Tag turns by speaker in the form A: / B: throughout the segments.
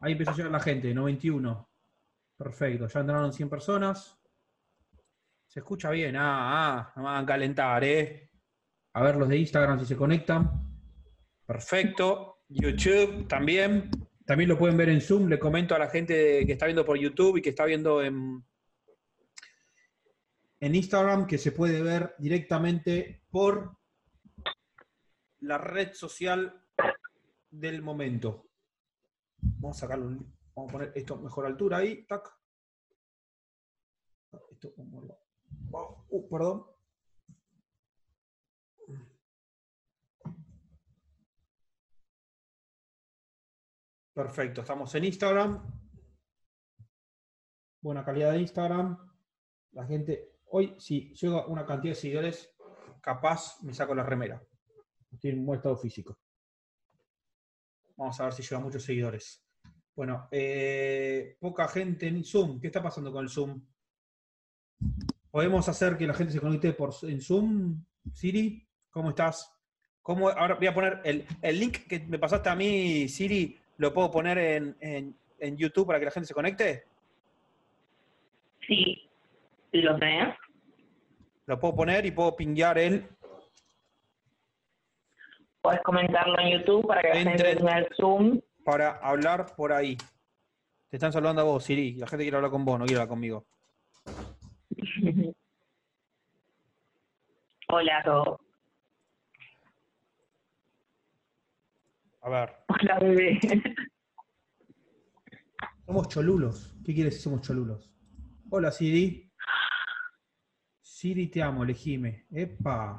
A: Ahí empezó a llegar la gente, 91. Perfecto, ya entraron 100 personas. Se escucha bien, ah, ah, no me van a calentar, ¿eh? A ver los de Instagram si se conectan. Perfecto. YouTube también. También lo pueden ver en Zoom. Le comento a la gente que está viendo por YouTube y que está viendo en, en Instagram que se puede ver directamente por la red social del momento. Vamos a sacarlo, vamos a poner esto mejor altura ahí, tac. Esto, uh, perdón. Perfecto, estamos en Instagram. Buena calidad de Instagram. La gente, hoy si llega una cantidad de seguidores, capaz me saco la remera. Estoy en buen estado físico. Vamos a ver si llega a muchos seguidores. Bueno, eh, poca gente en Zoom. ¿Qué está pasando con el Zoom? ¿Podemos hacer que la gente se conecte por, en Zoom? Siri, ¿cómo estás? ¿Cómo, ahora voy a poner el, el link que me pasaste a mí, Siri, ¿lo puedo poner en, en, en YouTube para que la gente se conecte?
B: Sí, lo veo.
A: Lo puedo poner y puedo pinguear el,
B: Puedes comentarlo en YouTube para que la gente
A: Entre-
B: vea el Zoom.
A: para hablar por ahí. Te están saludando a vos, Siri. La gente quiere hablar con vos, no quiere hablar conmigo.
B: Hola a todos.
A: A ver.
B: Hola, bebé.
A: Somos cholulos. ¿Qué quiere decir somos cholulos? Hola, Siri. Siri, te amo, elegime. Epa.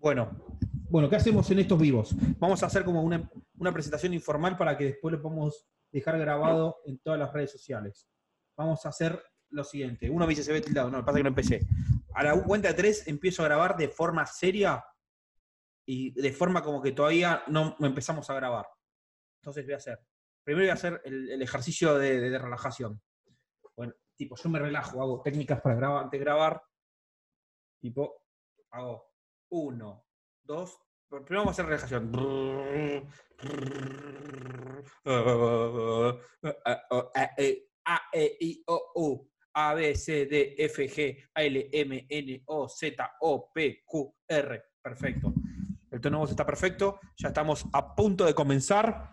A: Bueno. Bueno, ¿qué hacemos en estos vivos? Vamos a hacer como una, una presentación informal para que después lo podamos dejar grabado en todas las redes sociales. Vamos a hacer lo siguiente. Uno me dice, se ve tildado. No, pasa que no empecé. A la cuenta de tres empiezo a grabar de forma seria y de forma como que todavía no empezamos a grabar. Entonces voy a hacer. Primero voy a hacer el, el ejercicio de, de- de relajación. Bueno, tipo, yo me relajo, hago técnicas para grabar, antes de grabar. Tipo, hago uno, dos. pero Primero vamos a hacer relajación. A, E, I, O, U. A, B, C, D, F, G, A, L, M, N, O, Z, O, P, Q, R. Perfecto. El tono de voz está perfecto. Ya estamos a punto de comenzar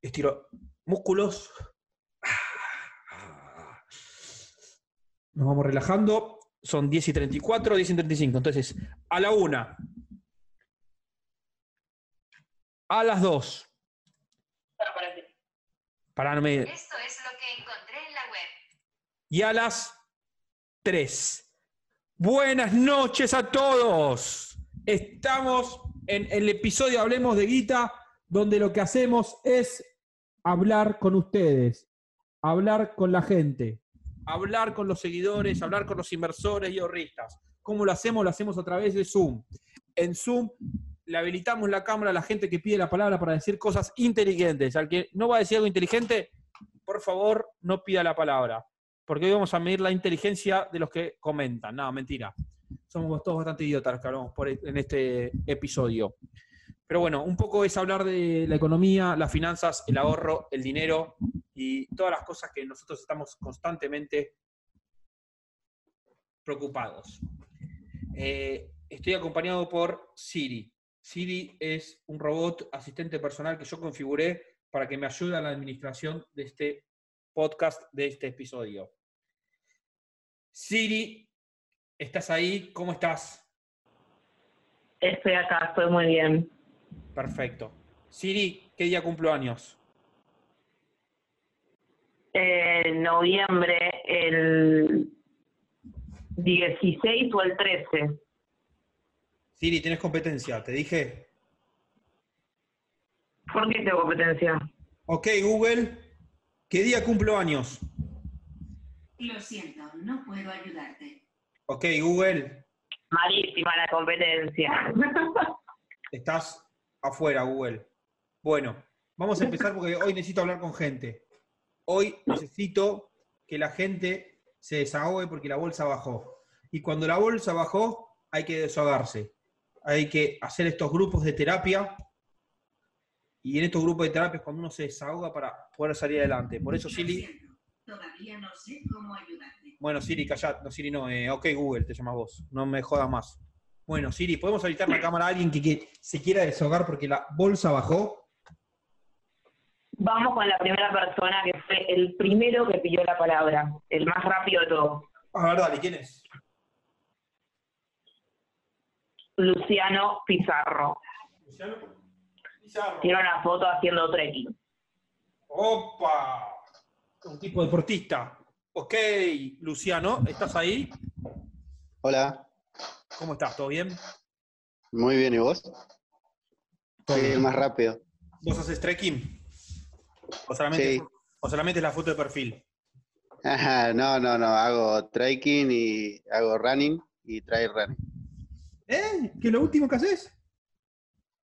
A: estiro músculos. Nos vamos relajando. Son 10 y 34, 10 y 35. Entonces, a la una. A las dos. Para no me-
C: Esto es lo que encontré en la web.
A: y a las 3. Buenas noches a todos. Estamos en el episodio Hablemos de Guita, donde lo que hacemos es hablar con ustedes, hablar con la gente, hablar con los seguidores, hablar con los inversores y ahorristas. ¿Cómo lo hacemos? Lo hacemos a través de Zoom. En Zoom le habilitamos la cámara a la gente que pide la palabra para decir cosas inteligentes. Al que no va a decir algo inteligente, por favor, no pida la palabra porque hoy vamos a medir la inteligencia de los que comentan. No, mentira. Somos todos bastante idiotas los que hablamos por e- en este episodio. Pero bueno, un poco es hablar de la economía, las finanzas, el ahorro, el dinero y todas las cosas que nosotros estamos constantemente preocupados. Eh, estoy acompañado por Siri. Siri es un robot asistente personal que yo configuré para que me ayude a la administración de este podcast de este episodio. Siri, ¿estás ahí? ¿Cómo estás?
B: Estoy acá, estoy muy bien.
A: Perfecto. Siri, ¿qué día cumplo años?
B: En Eh, noviembre, el 16 o el 13.
A: Siri, tenés competencia, te dije.
B: ¿Por qué tengo competencia?
A: Ok, Google, ¿qué día cumplo años?
C: Lo siento, no puedo ayudarte.
A: Ok, Google,
B: Malísima la competencia.
A: estás afuera, Google. Bueno, vamos a empezar porque hoy necesito hablar con gente. Hoy necesito que la gente se desahogue porque la bolsa bajó. Y cuando la bolsa bajó, hay que desahogarse. Hay que hacer estos grupos de terapia Y en estos grupos de terapia es cuando uno se desahoga para poder salir adelante. Por eso,
C: Lo
A: Siri,
C: siento, Todavía no sé cómo ayudarte.
A: bueno, Siri, callad, no, Siri, no, eh, ok, Google, te llamas vos, no me jodas más. Bueno, Siri, ¿podemos habilitar la cámara a alguien que, que se quiera desahogar porque la bolsa bajó?
B: Vamos con la primera persona que fue el primero que pidió la palabra, el más rápido de todos.
A: A ver, dale, ¿quién es?
B: Luciano Pizarro.
A: Luciano Pizarro.
B: Tiene una foto haciendo trekking.
A: ¡Opa! Un tipo deportista. Ok, Luciano, ¿estás ahí?
D: Hola,
A: ¿Cómo estás? ¿Todo bien?
D: muy bien, ¿y vos?
A: Todo
D: Soy el
A: bien.
D: más rápido.
A: ¿Vos haces trekking? ¿O solamente,
D: Sí.
A: o solamente es la foto de perfil?
D: Ajá, no, no, no, hago trekking y hago running y trail running.
A: ¿Eh? ¿Qué es lo último que haces?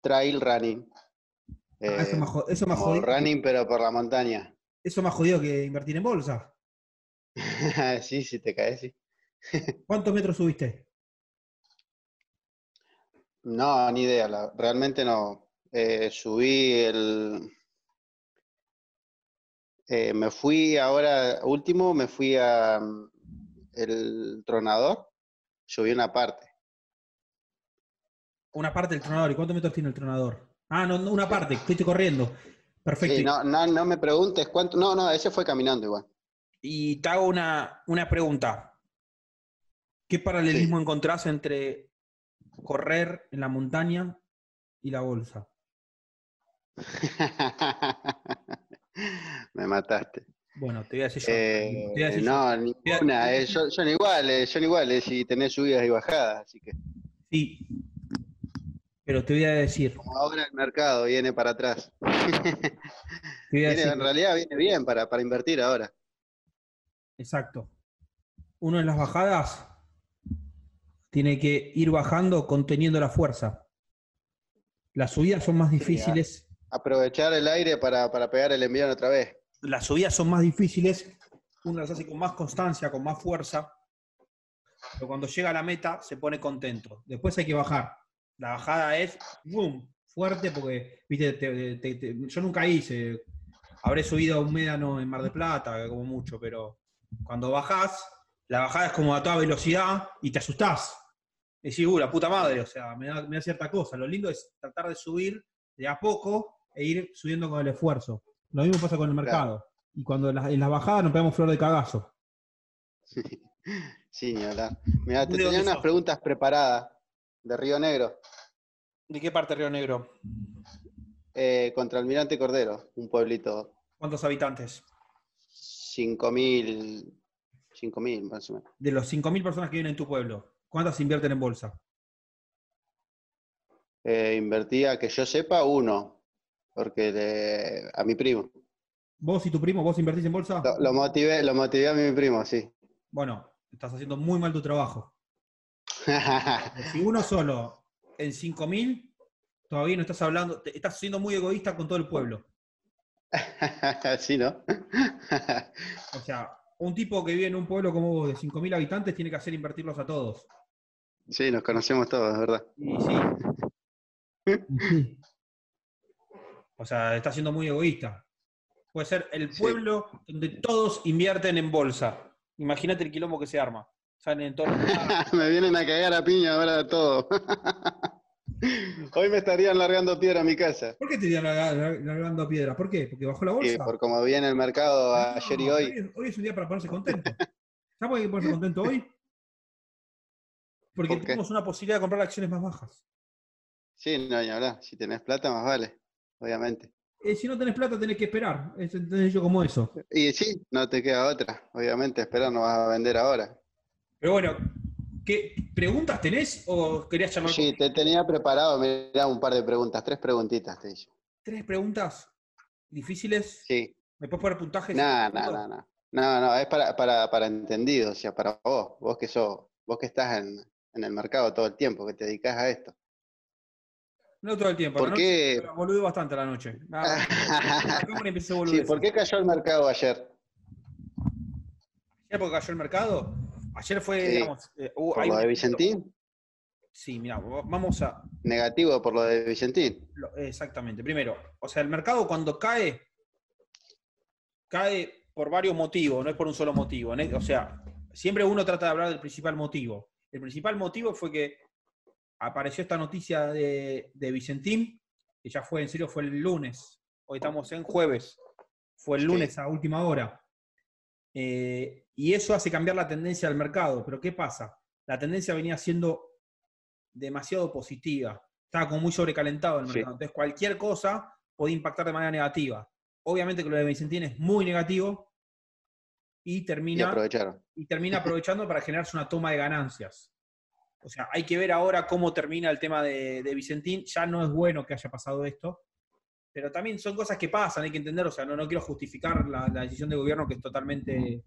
D: Trail running. Eh,
A: Ah, eso más, jo- eso más
D: como
A: jodido,
D: running, pero por la montaña.
A: eso más jodido que invertir en bolsa.
D: sí, sí, te caes, sí.
A: ¿Cuántos metros subiste?
D: No, ni idea, la- realmente no. Eh, subí el... eh, me fui ahora, último, me fui a mm, el tronador, subí una parte.
A: Una parte del tronador. ¿Y cuántos metros tiene el tronador? Ah, no, no, una parte. Fuiste corriendo. Perfecto.
D: Sí, no, no, no me preguntes cuánto, no, no, ese fue caminando igual.
A: Y te hago una, una pregunta. ¿Qué paralelismo encontrás entre correr en la montaña y la bolsa?
D: Me mataste.
A: Bueno, te voy a decir yo.
D: Eh,
A: te voy a decir yo.
D: no,
A: a-
D: ninguna. eh, son, son iguales, son iguales y eh, tenés subidas y bajadas. Así que
A: Sí. Pero te voy a decir.
D: como ahora el mercado viene para atrás.
A: Te voy a
D: Viene-
A: decir
D: en realidad viene bien para, para invertir ahora.
A: exacto. Uno en las bajadas tiene que ir bajando conteniendo la fuerza. Las subidas son más difíciles.
D: Aprovechar el aire para, para pegar el envión otra vez.
A: las subidas son más difíciles, uno las hace con más constancia, con más fuerza, pero cuando llega a la meta se pone contento. Después hay que bajar. La bajada es boom, fuerte porque, viste, te- te- te- yo nunca hice, habré subido a un médano en Mar de Plata, como mucho, pero cuando bajás, la bajada es como a toda velocidad y te asustás. Decís, uh, la puta madre, o sea, me da, me da cierta cosa. Lo lindo es tratar de subir de a poco e ir subiendo con el esfuerzo. Lo mismo pasa con el mercado. Y cuando en las, en las bajadas nos pegamos flor de cagazo.
D: Sí, ni hablar. Mirá, te
A: ¿De dónde
D: tenía unas
A: sos?
D: preguntas preparadas de Río Negro
A: ¿De qué parte Río Negro?
D: eh, contra Almirante Cordero, un pueblito
A: ¿Cuántos habitantes?
D: 5.000, 5.000 más o menos.
A: De los 5.000 personas que viven en tu pueblo, ¿cuántas invierten en bolsa?
D: Eh, invertía, que yo sepa, uno, porque le- a mi primo.
A: ¿Vos y tu primo, vos invertís en bolsa?
D: Lo, lo motivé, lo motivé a mi primo, sí.
A: Bueno, estás haciendo muy mal tu trabajo. Si uno solo en 5.000, todavía no estás hablando, te- estás siendo muy egoísta con todo el pueblo.
D: sí, ¿no?
A: O sea, un tipo que vive en un pueblo como vos de 5.000 habitantes tiene que hacer invertirlos a todos.
D: sí, nos conocemos todos, es verdad.
A: Y sí. sí. O sea, está siendo muy egoísta. Puede ser el
D: Sí.
A: pueblo donde todos invierten en bolsa. Imagínate el quilombo que se arma. Salen en todos los lados.
D: me vienen a cagar a piña ahora todo. Hoy me estarían largando piedra a mi casa.
A: ¿Por qué te están largando piedras? ¿Por qué? ¿Porque bajó la bolsa? Ah,
D: Y por como viene el mercado
A: No,
D: ayer y hoy.
A: es- hoy es un día para ponerse contento. ¿Sabes por qué hay que ponerse contento hoy? Porque
D: ¿Por qué?
A: tenemos una posibilidad de comprar acciones más bajas.
D: Sí, no, ni hablar. Si tenés plata, más vale, obviamente.
A: Eh, si no tenés plata, tenés que esperar. Es tan sencillo como eso.
D: Y sí, no te queda otra. Obviamente, espera, no vas a vender ahora.
A: Pero bueno, ¿qué preguntas tenés o querías charlar
D: Sí,
A: con-
D: te tenía preparado, mira, un par de preguntas, tres preguntitas te dije.
A: tres preguntas difíciles?
D: Sí,
A: ¿Me puedes poner puntajes?
D: no, no, no, no. No, no, es para, para, para entendido, o sea, para vos, vos que sos, vos que estás en, en el mercado todo el tiempo, que te dedicas a esto.
A: No todo el tiempo.
D: ¿Por
A: a la noche,
D: qué?
A: pero boludo bastante a la noche. Nada, la cámara empezó a
D: Sí,
A: boludecer.
D: ¿por qué cayó el mercado ayer?
A: Ayer porque cayó el mercado. Ayer fue,
D: Sí.
A: digamos, eh, hubo-
D: ¿Por
A: hay
D: lo
A: un
D: de
A: evento.
D: Vicentín?
A: Sí, mira, vamos a.
D: Negativo por lo de Vicentín.
A: lo- Exactamente. Primero, o sea, el mercado cuando cae, cae por varios motivos, no es por un solo motivo. ¿no? O sea, siempre uno trata de hablar del principal motivo. El principal motivo fue que apareció esta noticia de, de Vicentín, que ya fue, en serio, fue el lunes. Hoy estamos en jueves. Fue el
D: Sí.
A: lunes a última hora. Eh, y eso hace cambiar la tendencia del mercado. Pero ¿qué pasa? La tendencia venía siendo demasiado positiva. Estaba como muy sobrecalentado el
D: Sí.
A: mercado. Entonces, cualquier cosa puede impactar de manera negativa. Obviamente que lo de Vicentín es muy negativo y
D: Y
A: termina
D: aprovecharon.
A: y termina aprovechando para generarse una toma de ganancias. O sea, hay que ver ahora cómo termina el tema de, de Vicentín. Ya no es bueno que haya pasado esto, pero también son cosas que pasan, hay que entender. O sea, no, no quiero justificar la, la decisión de gobierno que es totalmente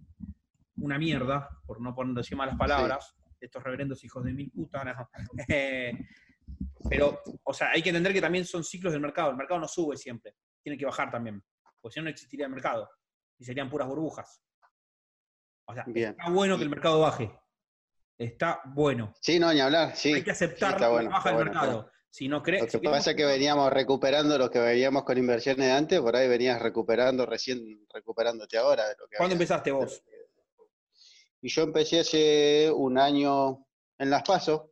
A: una mierda, por no poner encima las palabras, de estos reverendos hijos de mil puta. no. Eh, pero, o sea, hay que entender que también son ciclos del mercado. El mercado no sube siempre, tiene que bajar también, porque si no, no existiría el mercado y serían puras burbujas. O sea,
D: Bien.
A: Está bueno que el mercado baje. Está bueno.
D: Sí, no, ni hablar. Sí.
A: Hay que aceptar
D: está
A: que
D: bueno,
A: baja
D: está
A: el
D: bueno, está
A: mercado. Si no crees.
D: Lo que pasa es que veníamos recuperando lo que veníamos con inversiones de antes, por ahí venías recuperando, recién recuperándote ahora. de lo que
A: ¿Cuándo
D: habías-
A: empezaste vos?
D: Y yo empecé hace un año en Las Pasos.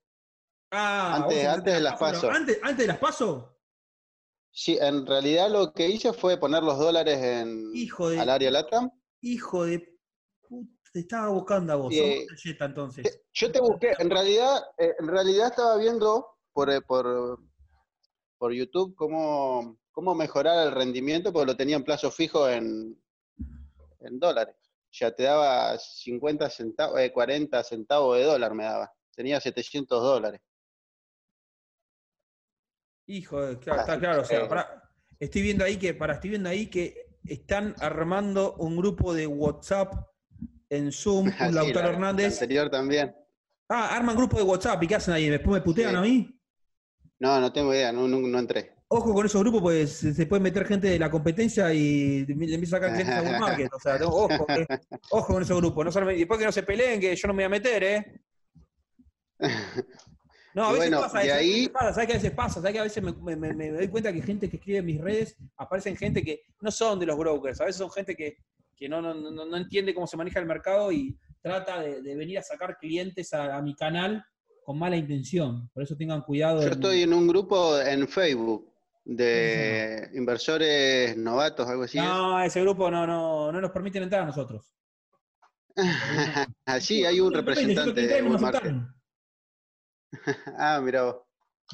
A: Ah,
D: Antes-
A: vos
D: antes de las
A: pero
D: PASO.
A: ¿Antes, antes de las paso?
D: Sí, en realidad lo que hice fue poner los dólares en
A: Hijo de.
D: al área LATAM.
A: Hijo de. puta, Te estaba buscando a vos.
D: Eh,
A: sos una galleta, entonces.
D: Te- Yo te busqué, en realidad, eh, en realidad estaba viendo por, eh, por, por YouTube cómo, cómo mejorar el rendimiento, porque lo tenía en plazo fijo en, en dólares. Ya te daba 50 centavos, eh, 40 centavos de dólar me daba. Tenía 700 dólares.
A: Hijo de. Claro, está
D: así
A: claro. O sea,
D: que-
A: pará. estoy viendo ahí que. Para, estoy viendo ahí que están armando un grupo de WhatsApp en Zoom
D: Así,
A: con Lautaro
D: Ah, la- la
A: Hernández.
D: anterior también.
A: Ah, arman grupo de WhatsApp. ¿Y qué hacen ahí? ¿Después me putean
D: Sí.
A: a mí?
D: No, no tengo idea, no, no, no entré.
A: Ojo con esos grupos, pues se se puede meter gente de la competencia y le empieza a sacar clientes a Bull Market. O sea, no, ojo, eh. ojo con esos grupos. No solamente- y después que no se peleen, que yo no me voy a meter, ¿eh? No, a
D: Y
A: veces
D: bueno,
A: pasa,
D: de
A: ¿sabes
D: ahí-
A: qué veces pasa? ¿Sabes que a veces pasa? ¿Sabes que a veces me, me- me- me doy cuenta que gente que escribe en mis redes aparecen gente que no son de los brokers, a veces son gente que, que no, no, no, no entiende cómo se maneja el mercado y trata de, de venir a sacar clientes a, a mi canal con mala intención. Por eso tengan cuidado.
D: Yo
A: en-
D: estoy en un grupo en Facebook de inversores novatos, algo así.
A: No, ese grupo no, no, no nos permiten entrar a nosotros.
D: Así Ah, hay un
A: No, no, no,
D: representante
A: yo creo que
D: de
A: no nos
D: Bull Market.
A: aceptaron.
D: Ah, mira vos.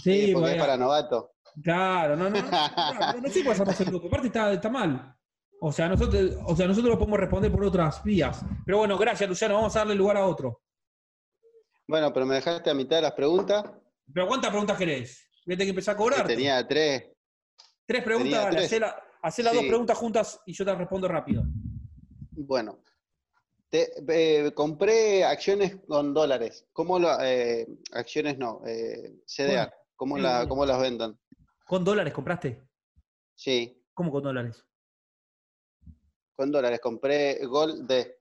A: Sí,
D: Sí, porque
A: vaya,
D: es para novatos.
A: claro, no, no, no, no, no sé por qué hacemos el grupo, aparte está, está mal. O sea, nosotros, o sea, nosotros lo podemos responder por otras vías. Pero bueno, gracias, Luciano, vamos a darle lugar a otro.
D: Bueno, pero me dejaste a mitad de las preguntas. que
A: Pero ¿cuántas preguntas querés? Voy a tener que empezar a cobrar.
D: Tenía tres.
A: tres preguntas,
D: tenía
A: dale,
D: tres.
A: hacela- hacela
D: Sí.
A: dos preguntas juntas y yo te respondo rápido.
D: Bueno, Te- eh, compré acciones con dólares. ¿Cómo lo, eh, acciones no, eh, CDR.
A: Bueno,
D: ¿Cómo,
A: sí,
D: la-
A: bueno.
D: cómo las vendan?
A: ¿Con dólares compraste?
D: Sí,
A: ¿Cómo con dólares?
D: con dólares. Compré Gold de.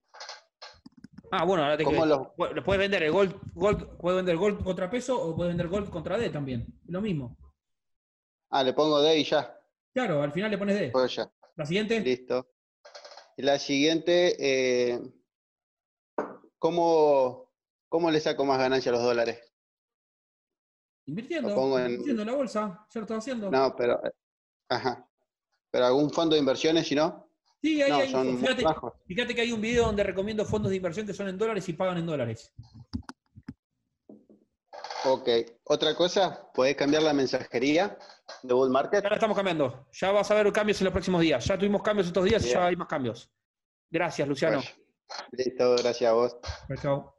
A: Ah, bueno, ahora te
D: ¿Cómo los,
A: Bueno, lo puedes vender el gold, gold, puedes vender gold contra peso o puedes vender gold contra D también. Lo mismo.
D: ah, le pongo D y ya.
A: Claro, al final le pones D.
D: Pues ya.
A: La siguiente,
D: Listo. La siguiente, eh, ¿cómo, ¿cómo le saco más ganancia a los dólares?
A: invirtiendo,
D: lo pongo en-
A: invirtiendo en la bolsa, ya lo estás haciendo.
D: No, pero, eh, ajá. Pero algún fondo de inversiones, si no,
A: sí, ahí
D: no,
A: hay-
D: son muy
A: fíjate,
D: bajos.
A: fíjate que hay un video donde recomiendo fondos de inversión que son en dólares y pagan en dólares.
D: Ok. Otra cosa, podés cambiar la mensajería de Bull Market.
A: Ya la estamos cambiando. Ya vas a ver cambios en los próximos días. Ya tuvimos cambios estos días y
D: Bien.
A: ya hay más cambios. Gracias, Luciano.
D: Bueno, listo, gracias a vos.
A: Chao, Chao.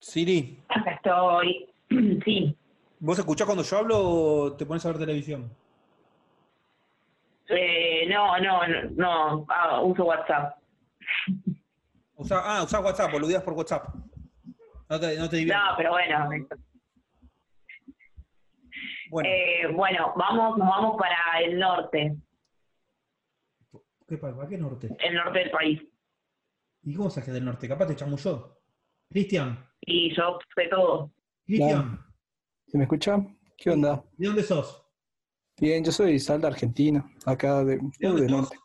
A: Siri,
B: Acá estoy. Sí,
A: ¿vos escuchás cuando yo hablo o te pones a ver televisión?
B: Eh, no, no, no, no. Ah, uso WhatsApp.
A: Usa, ah, usás WhatsApp, boludeás por WhatsApp. No te, no te
B: No,
A: diviertas.
B: pero bueno.
A: Bueno,
B: Eh, bueno, vamos, nos vamos para el norte,
A: ¿qué pasa? ¿Para qué norte?
B: el norte del país.
A: ¿Y cómo sabes que es del norte? Capaz te chamulló. Cristian,
B: Y yo fue todo.
A: Cristian,
E: ¿Se me escucha? ¿Qué onda?
A: ¿de dónde sos?
E: Bien, yo soy de Salta, Argentina, acá
A: ¿De
E: de, uh,
A: dónde
E: de
A: sos?
E: norte,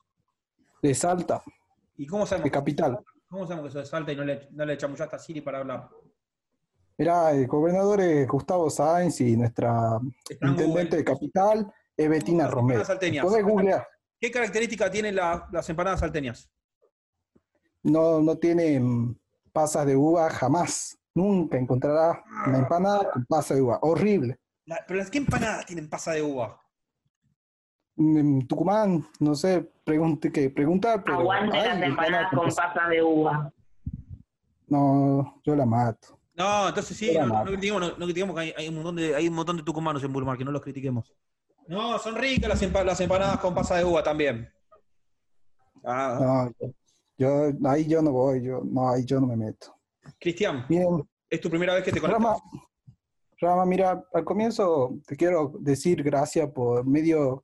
E: de Salta,
A: ¿Y cómo sabemos,
E: de capital.
A: cómo sabemos que sos de Salta y no le, no le chamullaste a Siri para hablar?
E: Mirá, el gobernador es Gustavo Sáenz y nuestra
A: Está en
E: intendente
A: Google.
E: de capital es Betina
A: Empanadas
E: Romero.
A: salteñas.
E: Podés googlear,
A: ¿Qué característica tienen la- las empanadas salteñas?
E: no, no tienen pasas de uva jamás. Nunca encontrarás
A: Ah.
E: una empanada con pasas de uva. Horrible.
A: La- ¿Pero las qué empanadas tienen pasa de uva?
E: En Mm, Tucumán, no sé, pregunte que preguntar, pero
B: Aguante
E: hay
B: las
E: empanadas
B: empanadas
E: con
B: con
E: pasas.
B: pasas de uva.
E: No, yo la mato.
A: No, entonces sí,
E: Era
A: no, no
E: nada.
A: critiquemos, no- no critiquemos que hay, hay un montón de, hay un montón de tucumanos en Bulmar, que no los critiquemos. No, son ricas las, empa- las empanadas con pasa de uva también. Ah,
E: No, yo, yo- ahí yo no voy, yo no, ahí yo no me meto.
A: Cristian,
E: Bien,
A: es tu primera vez que te
E: Rama,
A: conectas.
E: Rama, mira, al comienzo te quiero decir gracias por medio.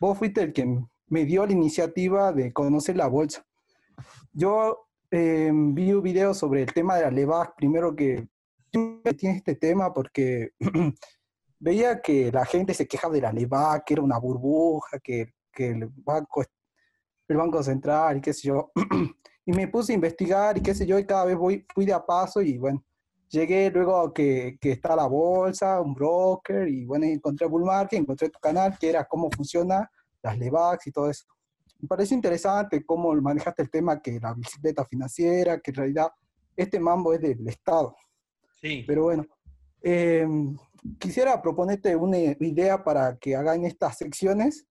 E: Vos fuiste el que me dio la iniciativa de conocer la bolsa. Yo eh, vi un video sobre el tema de la LEVAC, primero que que tiene este tema porque veía que la gente se quejaba de la LEVAC, que era una burbuja, que, que el banco el banco central y qué sé yo. y me puse a investigar y qué sé yo, y cada vez voy, fui de a paso y bueno, llegué luego a que, que está la bolsa, un broker, y bueno, encontré Bull Market, encontré tu canal, que era cómo funciona las LEVACs y todo eso. Me parece interesante cómo manejaste el tema que la bicicleta financiera, que en realidad este mambo es del Estado.
A: Sí.
E: Pero bueno, eh, quisiera proponerte una idea para que hagan estas secciones,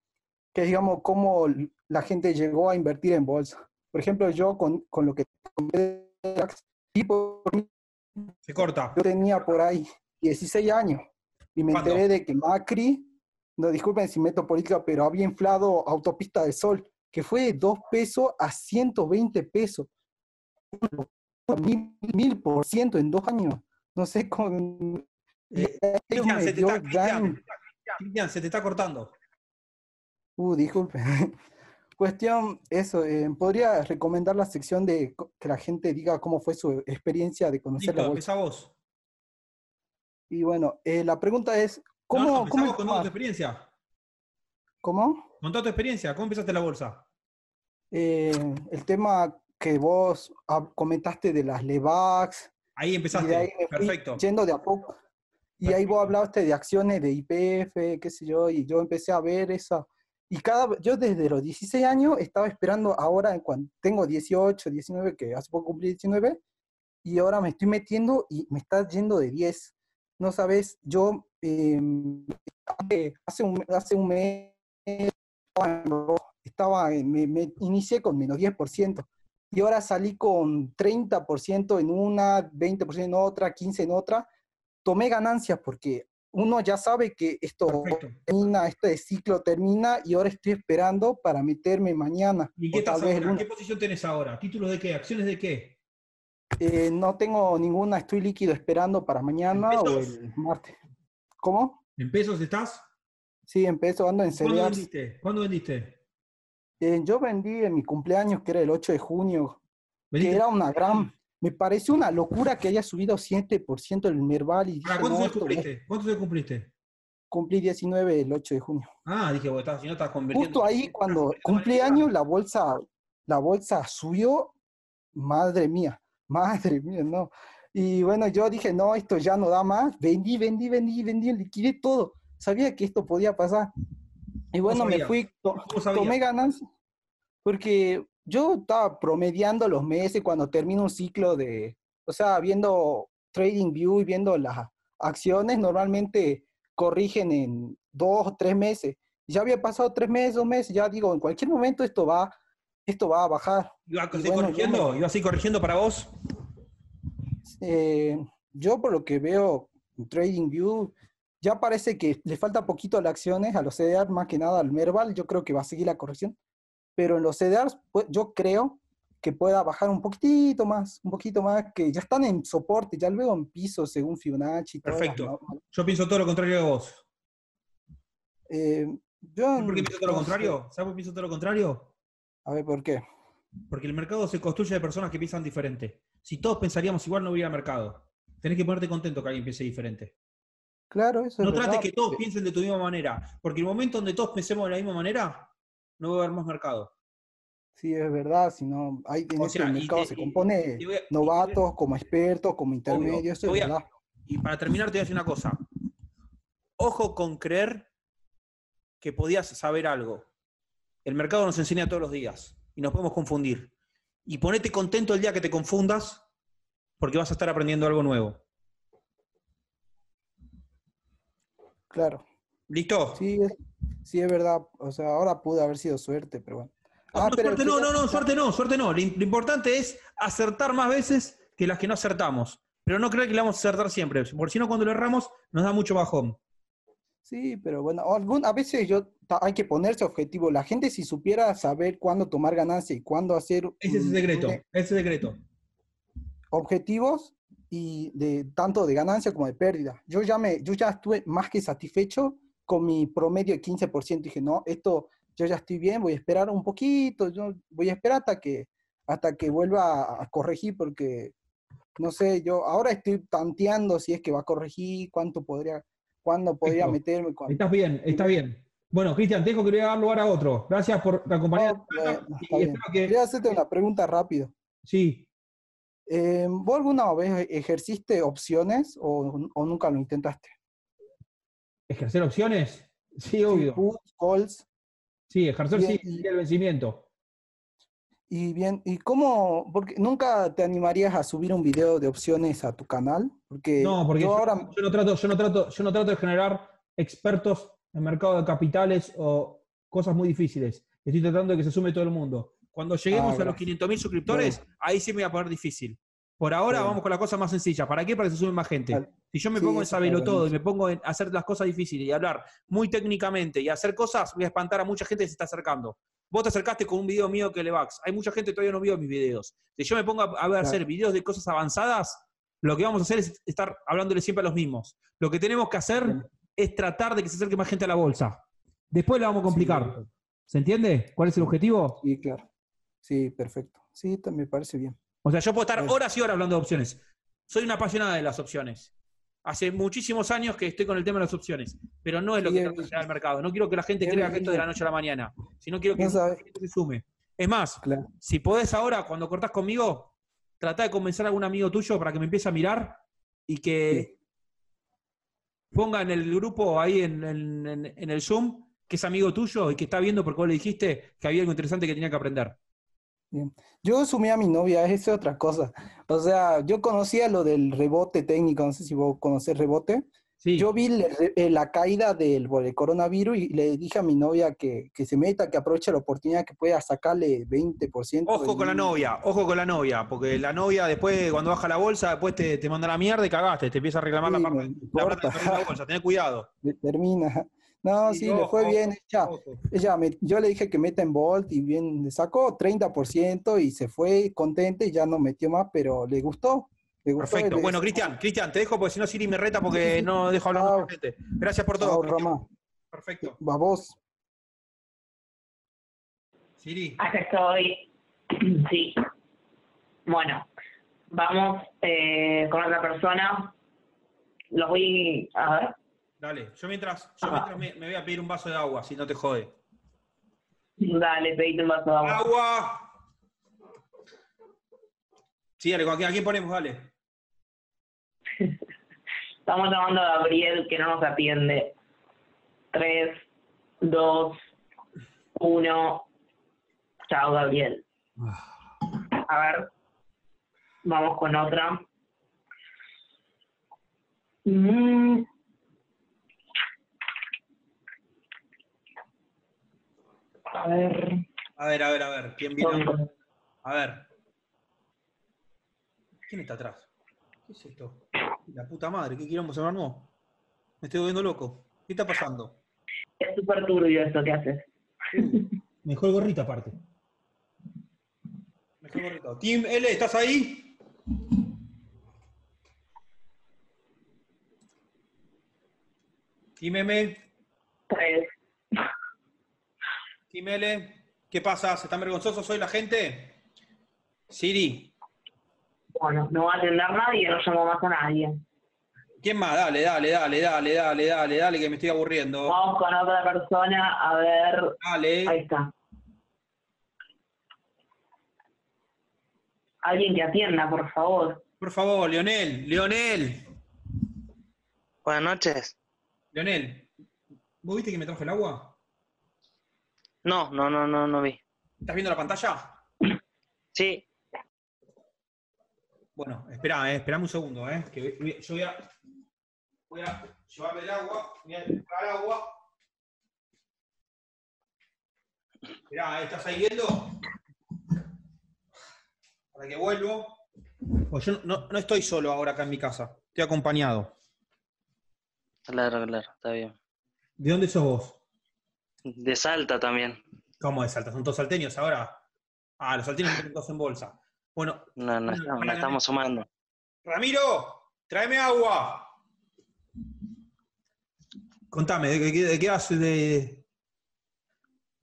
E: que es, digamos, cómo l- la gente llegó a invertir en bolsa. Por ejemplo, yo con, con lo que compré de Axe, y por mí,
A: Se corta.
E: yo tenía por ahí 16 años y me
A: ¿Cuándo?
E: enteré de que Macri, no disculpen si meto política, pero había inflado Autopista del Sol, que fue de 2 pesos a 120 pesos. Mil, mil por ciento en dos años. No sé cómo.
A: Eh,
E: Ellos
A: Cristian,
E: me
A: se te
E: dio
A: está, Cristian,
E: gran-
A: se te está- Cristian, se te está cortando.
E: Uh, disculpe. Cuestión, eso, eh, ¿podría recomendar la sección de co- que la gente diga cómo fue su experiencia de conocer
A: Listo,
E: la bolsa?
A: empezá vos.
E: Y bueno, eh, la pregunta es, ¿cómo,
A: no, no, empezá
E: cómo,
A: vos contando tu
E: informa-
A: experiencia.
E: cómo?
A: Contá tu experiencia. ¿Cómo empezaste la bolsa?
E: Eh, el tema que vos ah, comentaste de las Levax,
A: Ahí
E: y de ahí
A: empezaste.
E: me fui
A: Perfecto.
E: yendo de a poco. Y ahí vos hablaste de acciones de IPF, qué sé yo, y yo empecé a ver esa. Y cada, yo desde los 16 años estaba esperando ahora, en cuando tengo 18, 19, que hace poco cumplí 19, y ahora me estoy metiendo y me está yendo de 10. No sabes, yo eh, hace- hace, un, hace un mes estaba en rojo, estaba en- me, me inicié con menos 10%. Y ahora salí con 30% en una, 20% en otra, 15% en otra. Tomé ganancias porque uno ya sabe que esto
A: Perfecto.
E: termina, este ciclo termina y ahora estoy esperando para meterme mañana.
A: ¿Y qué
E: o tal
A: estás
E: vez
A: ahora?
E: el
A: ¿Qué posición tenés ahora? ¿Títulos de qué? ¿Acciones de qué?
E: Eh, no tengo ninguna, estoy líquido esperando para mañana o
A: pesos?
E: el martes. ¿Cómo?
A: ¿En pesos estás?
E: Sí, empezó ando en
A: ¿Cuándo
E: cereal.
A: vendiste? ¿Cuándo vendiste?
E: Eh, yo vendí en mi cumpleaños, que era el 8 de junio, que
A: ¿Vendiste?
E: era una gran. Me pareció una locura que haya subido 7% el Merval y
A: ¿Para
E: dije,
A: cuántos
E: no,
A: años
E: esto-
A: cumpliste? ¿Cuántos años cumpliste?
E: cumplí 19 el 8 de junio.
A: Ah, dije, vos estás, si no estás convirtiendo.
E: Justo ahí cuando
A: estás
E: cumplí
A: convirtiendo
E: años, la bolsa, la bolsa subió, madre mía, madre mía, no. Y bueno, yo dije, no, esto ya no da más, vendí, vendí, vendí, vendí, liquidé todo. Sabía que esto podía pasar. Y bueno, me
A: sabías?
E: fui, to-
A: ¿Cómo sabías?
E: tomé ganancias, porque yo estaba promediando los meses cuando termino un ciclo de, o sea, viendo Trading View y viendo las acciones, normalmente corrigen en dos o tres meses. Ya había pasado tres meses, dos meses, ya digo, en cualquier momento esto va, esto va a bajar.
A: ¿Iba a
E: Y
A: seguir
E: bueno, yo
A: corrigiendo? ¿Iba a seguir corrigiendo para vos?
E: Eh, yo por lo que veo en TradingView, ya parece que le falta poquito a las acciones, a los CDR, más que nada al Merval, yo creo que va a seguir la corrección. Pero en los CDRs pues, yo creo que pueda bajar un poquitito más, un poquito más, que ya están en soporte, ya luego en piso según Fibonacci. todas las
A: Perfecto.
E: normas.
A: Yo pienso todo lo contrario de vos.
E: Eh, yo,
A: ¿Sabés ¿Por qué pienso todo lo
E: Eh, no sé.
A: contrario? ¿Sabes por qué pienso todo lo contrario?
E: A ver, ¿por qué?
A: Porque el mercado se construye de personas que piensan diferente. Si todos pensaríamos igual, no hubiera mercado. Tenés que ponerte contento que alguien piense diferente.
E: Claro, eso
A: No
E: es
A: trates
E: verdad.
A: que todos piensen de tu misma manera. Porque el momento donde todos pensemos de la misma manera, no va a haber más mercado.
E: Sí, es verdad, si no, hay en
A: O
E: este
A: sea, y
E: mercado
A: te-
E: se
A: y-
E: compone
A: te voy a-
E: novatos como expertos, como intermedios, eso
A: te
E: es
A: voy a-
E: verdad.
A: Y para terminar, te voy a decir una cosa. Ojo con creer que podías saber algo. El mercado nos enseña todos los días y nos podemos confundir. Y ponete contento el día que te confundas porque vas a estar aprendiendo algo nuevo.
E: Claro.
A: ¿Listo?
E: Sí, es, sí, es verdad. O sea, ahora pudo haber sido suerte, Ah, pero bueno.
A: Ah, No, no, suerte no, no, no,
E: suerte.
A: suerte no, suerte no. Lo im- lo importante es acertar más veces que las que no acertamos. Pero no creer que la vamos a acertar siempre, porque si no, cuando lo erramos, nos da mucho bajón.
E: Sí, pero bueno, o algún, a veces yo ta- hay que ponerse objetivo. La gente si supiera saber cuándo tomar ganancia y cuándo hacer
A: Ese es el
E: un-
A: secreto,
E: un-
A: ese es el secreto.
E: objetivos y de tanto de ganancia como de pérdida. Yo ya me, yo ya estuve más que satisfecho con mi promedio de 15%. Dije, no, esto yo ya estoy bien, voy a esperar un poquito, yo voy a esperar hasta que, hasta que vuelva a- a corregir, porque no sé, yo ahora estoy tanteando si es que va a corregir, cuánto podría, cuándo podría
A: Perfecto.
E: meterme. cuándo-
A: Estás bien, está bien. Bueno, Cristian, te dejo que le voy a dar lugar a otro. Gracias por la compañía.
E: No, bueno,
A: y
E: está bien.
A: espero que.
E: Quería hacerte una pregunta rápido.
A: Sí,
E: Eh, ¿Vos alguna vez ejerciste opciones o, o nunca lo intentaste?
A: ejercer opciones. Sí, obvio.
E: puts, calls.
A: Sí, ejercer sí,
E: Bien, y-
A: el día del vencimiento.
E: Y bien, ¿y cómo? Porque nunca te animarías a subir un video de opciones a tu canal, porque,
A: No, porque
E: yo
A: yo,
E: ahora
A: yo no trato, yo no trato, yo no trato de generar expertos en mercado de capitales o cosas muy difíciles. Estoy tratando de que se sume todo el mundo. Cuando lleguemos
E: Ah,
A: a los 500.000 suscriptores, ahí sí me voy a poner difícil. Por ahora
E: Bueno.
A: vamos con la cosa más sencilla. ¿Para qué? Para que se sume más gente.
E: Vale.
A: Si yo me
E: Sí,
A: pongo en
E: eso está
A: saberlo todo y
E: buenísimo.
A: me pongo en hacer las cosas difíciles y hablar muy técnicamente y hacer cosas, voy a espantar a mucha gente que se está acercando. Vos te acercaste con un video mío que le vax. Hay mucha gente que todavía no vio mis videos. Si yo me pongo a, a ver,
E: Claro.
A: hacer videos de cosas avanzadas, lo que vamos a hacer es estar hablándole siempre a los mismos. Lo que tenemos que hacer
E: Bien.
A: es tratar de que se acerque más gente a la bolsa. Después la vamos a complicar.
E: Sí,
A: ¿Se entiende? ¿Cuál es el objetivo?
E: sí, claro. Sí, perfecto. Sí, te- me parece bien.
A: O sea, yo puedo estar
E: Bien.
A: horas y horas hablando de opciones. Soy una apasionada de las opciones. Hace muchísimos años que estoy con el tema de las opciones, pero no es lo
E: Sí,
A: que
E: es
A: trata de
E: verdad.
A: llegar al mercado. No quiero que la gente
E: Es
A: crea que esto es de la
E: verdad.
A: noche a la mañana, sino quiero que
E: No
A: la
E: sabes,
A: gente se sume. Es más,
E: claro.
A: si podés ahora, cuando cortás conmigo, trata de convencer a algún amigo tuyo para que me empiece a mirar y que ponga en el grupo ahí en, en- en- en el Zoom que es amigo tuyo y que está viendo porque vos le dijiste que había algo interesante que tenía que aprender.
E: Yo sumé a mi novia, esa es otra cosa. O sea, yo conocía lo del rebote técnico, no sé si vos conocés rebote.
A: Sí,
E: Yo vi le- re- eh, la caída del por el coronavirus y le dije a mi novia que, que se meta, que aproveche la oportunidad que pueda sacarle 20%.
A: ojo con la
E: del-
A: novia, ojo con la novia, porque la novia después, cuando baja la bolsa, después te, te manda la mierda y cagaste, te empieza a reclamar
E: Sí,
A: la,
E: me
A: parte, la plata
E: importa.
A: que perdió en la bolsa, tenés cuidado.
E: Le- Termina. No,
A: Sí,
E: sí, le fue
A: ojo,
E: bien. Ella,
A: Ojo.
E: ella me- yo le dije que meta en Bolt y bien, le sacó 30% y se fue contenta y ya no metió más, pero le gustó. Le gustó
A: Perfecto.
E: el-
A: Bueno, Cristian, Cristian, te dejo porque si no Siri me reta porque no dejo hablar
E: Chao.
A: mucha gente. Gracias por todo.
E: Chao,
A: Cristian.
E: Rama.
A: Perfecto.
E: Va vos.
A: Siri.
B: Acá estoy. Sí. Bueno, vamos eh, con otra persona. Los voy a ver.
A: Dale, yo mientras, yo
B: Ah.
A: mientras me, me voy a pedir un vaso de agua, si no te jode.
B: Dale, pedite un vaso de agua.
A: ¡Agua! Sí, dale, ¿a quién, a quién ponemos? Dale.
B: Estamos llamando a Gabriel que no nos atiende. Tres, dos, uno. Chao, Gabriel.
A: Ah.
B: A ver, vamos con otra. Mm. A ver.
A: A ver, a ver, a ver, ¿quién vino? A ver. ¿Quién está atrás? ¿Qué es esto? La puta madre, ¿qué quilombo se me armó? Me estoy volviendo loco. ¿Qué está pasando?
B: Es súper turbio esto que haces.
A: Mejor gorrita aparte. Mejor gorrita. Tim L, ¿estás ahí? Tim M,
B: Tres.
A: Tim L, ¿qué pasa? ¿Se están vergonzosos hoy la gente? Siri,
B: Bueno, no va a atender nadie, no llamo más a nadie.
A: ¿quién más? Dale, dale, dale, dale, dale, dale, dale, que me estoy aburriendo.
B: Vamos con otra persona, a ver. Ahí
A: Dale.
B: está. Alguien que atienda, por favor.
A: Por favor, Leonel, Leonel,
F: Buenas noches.
A: Leonel. ¿Vos viste que me trajo el agua?
F: No, no, no, no, no vi.
A: ¿Estás viendo la pantalla?
F: Sí,
A: Bueno, espera, eh, esperame un segundo, eh, que voy- yo voy a, voy a llevarme el agua, voy a buscar agua. Esperá, eh, ¿estás ahí viendo? Para que vuelvo. Pues yo no, no estoy solo ahora acá en mi casa, estoy acompañado.
F: claro, claro, está bien.
A: ¿De dónde sos vos?
F: De Salta también.
A: ¿Cómo de Salta? ¿Son todos salteños ahora? Ah, los salteños meten todos en bolsa. Bueno,
F: No, no,
A: Bueno,
F: estamos, no
A: para-
F: estamos sumando.
A: Ramiro, tráeme agua. Contame, ¿de, qué- de qué hace- de,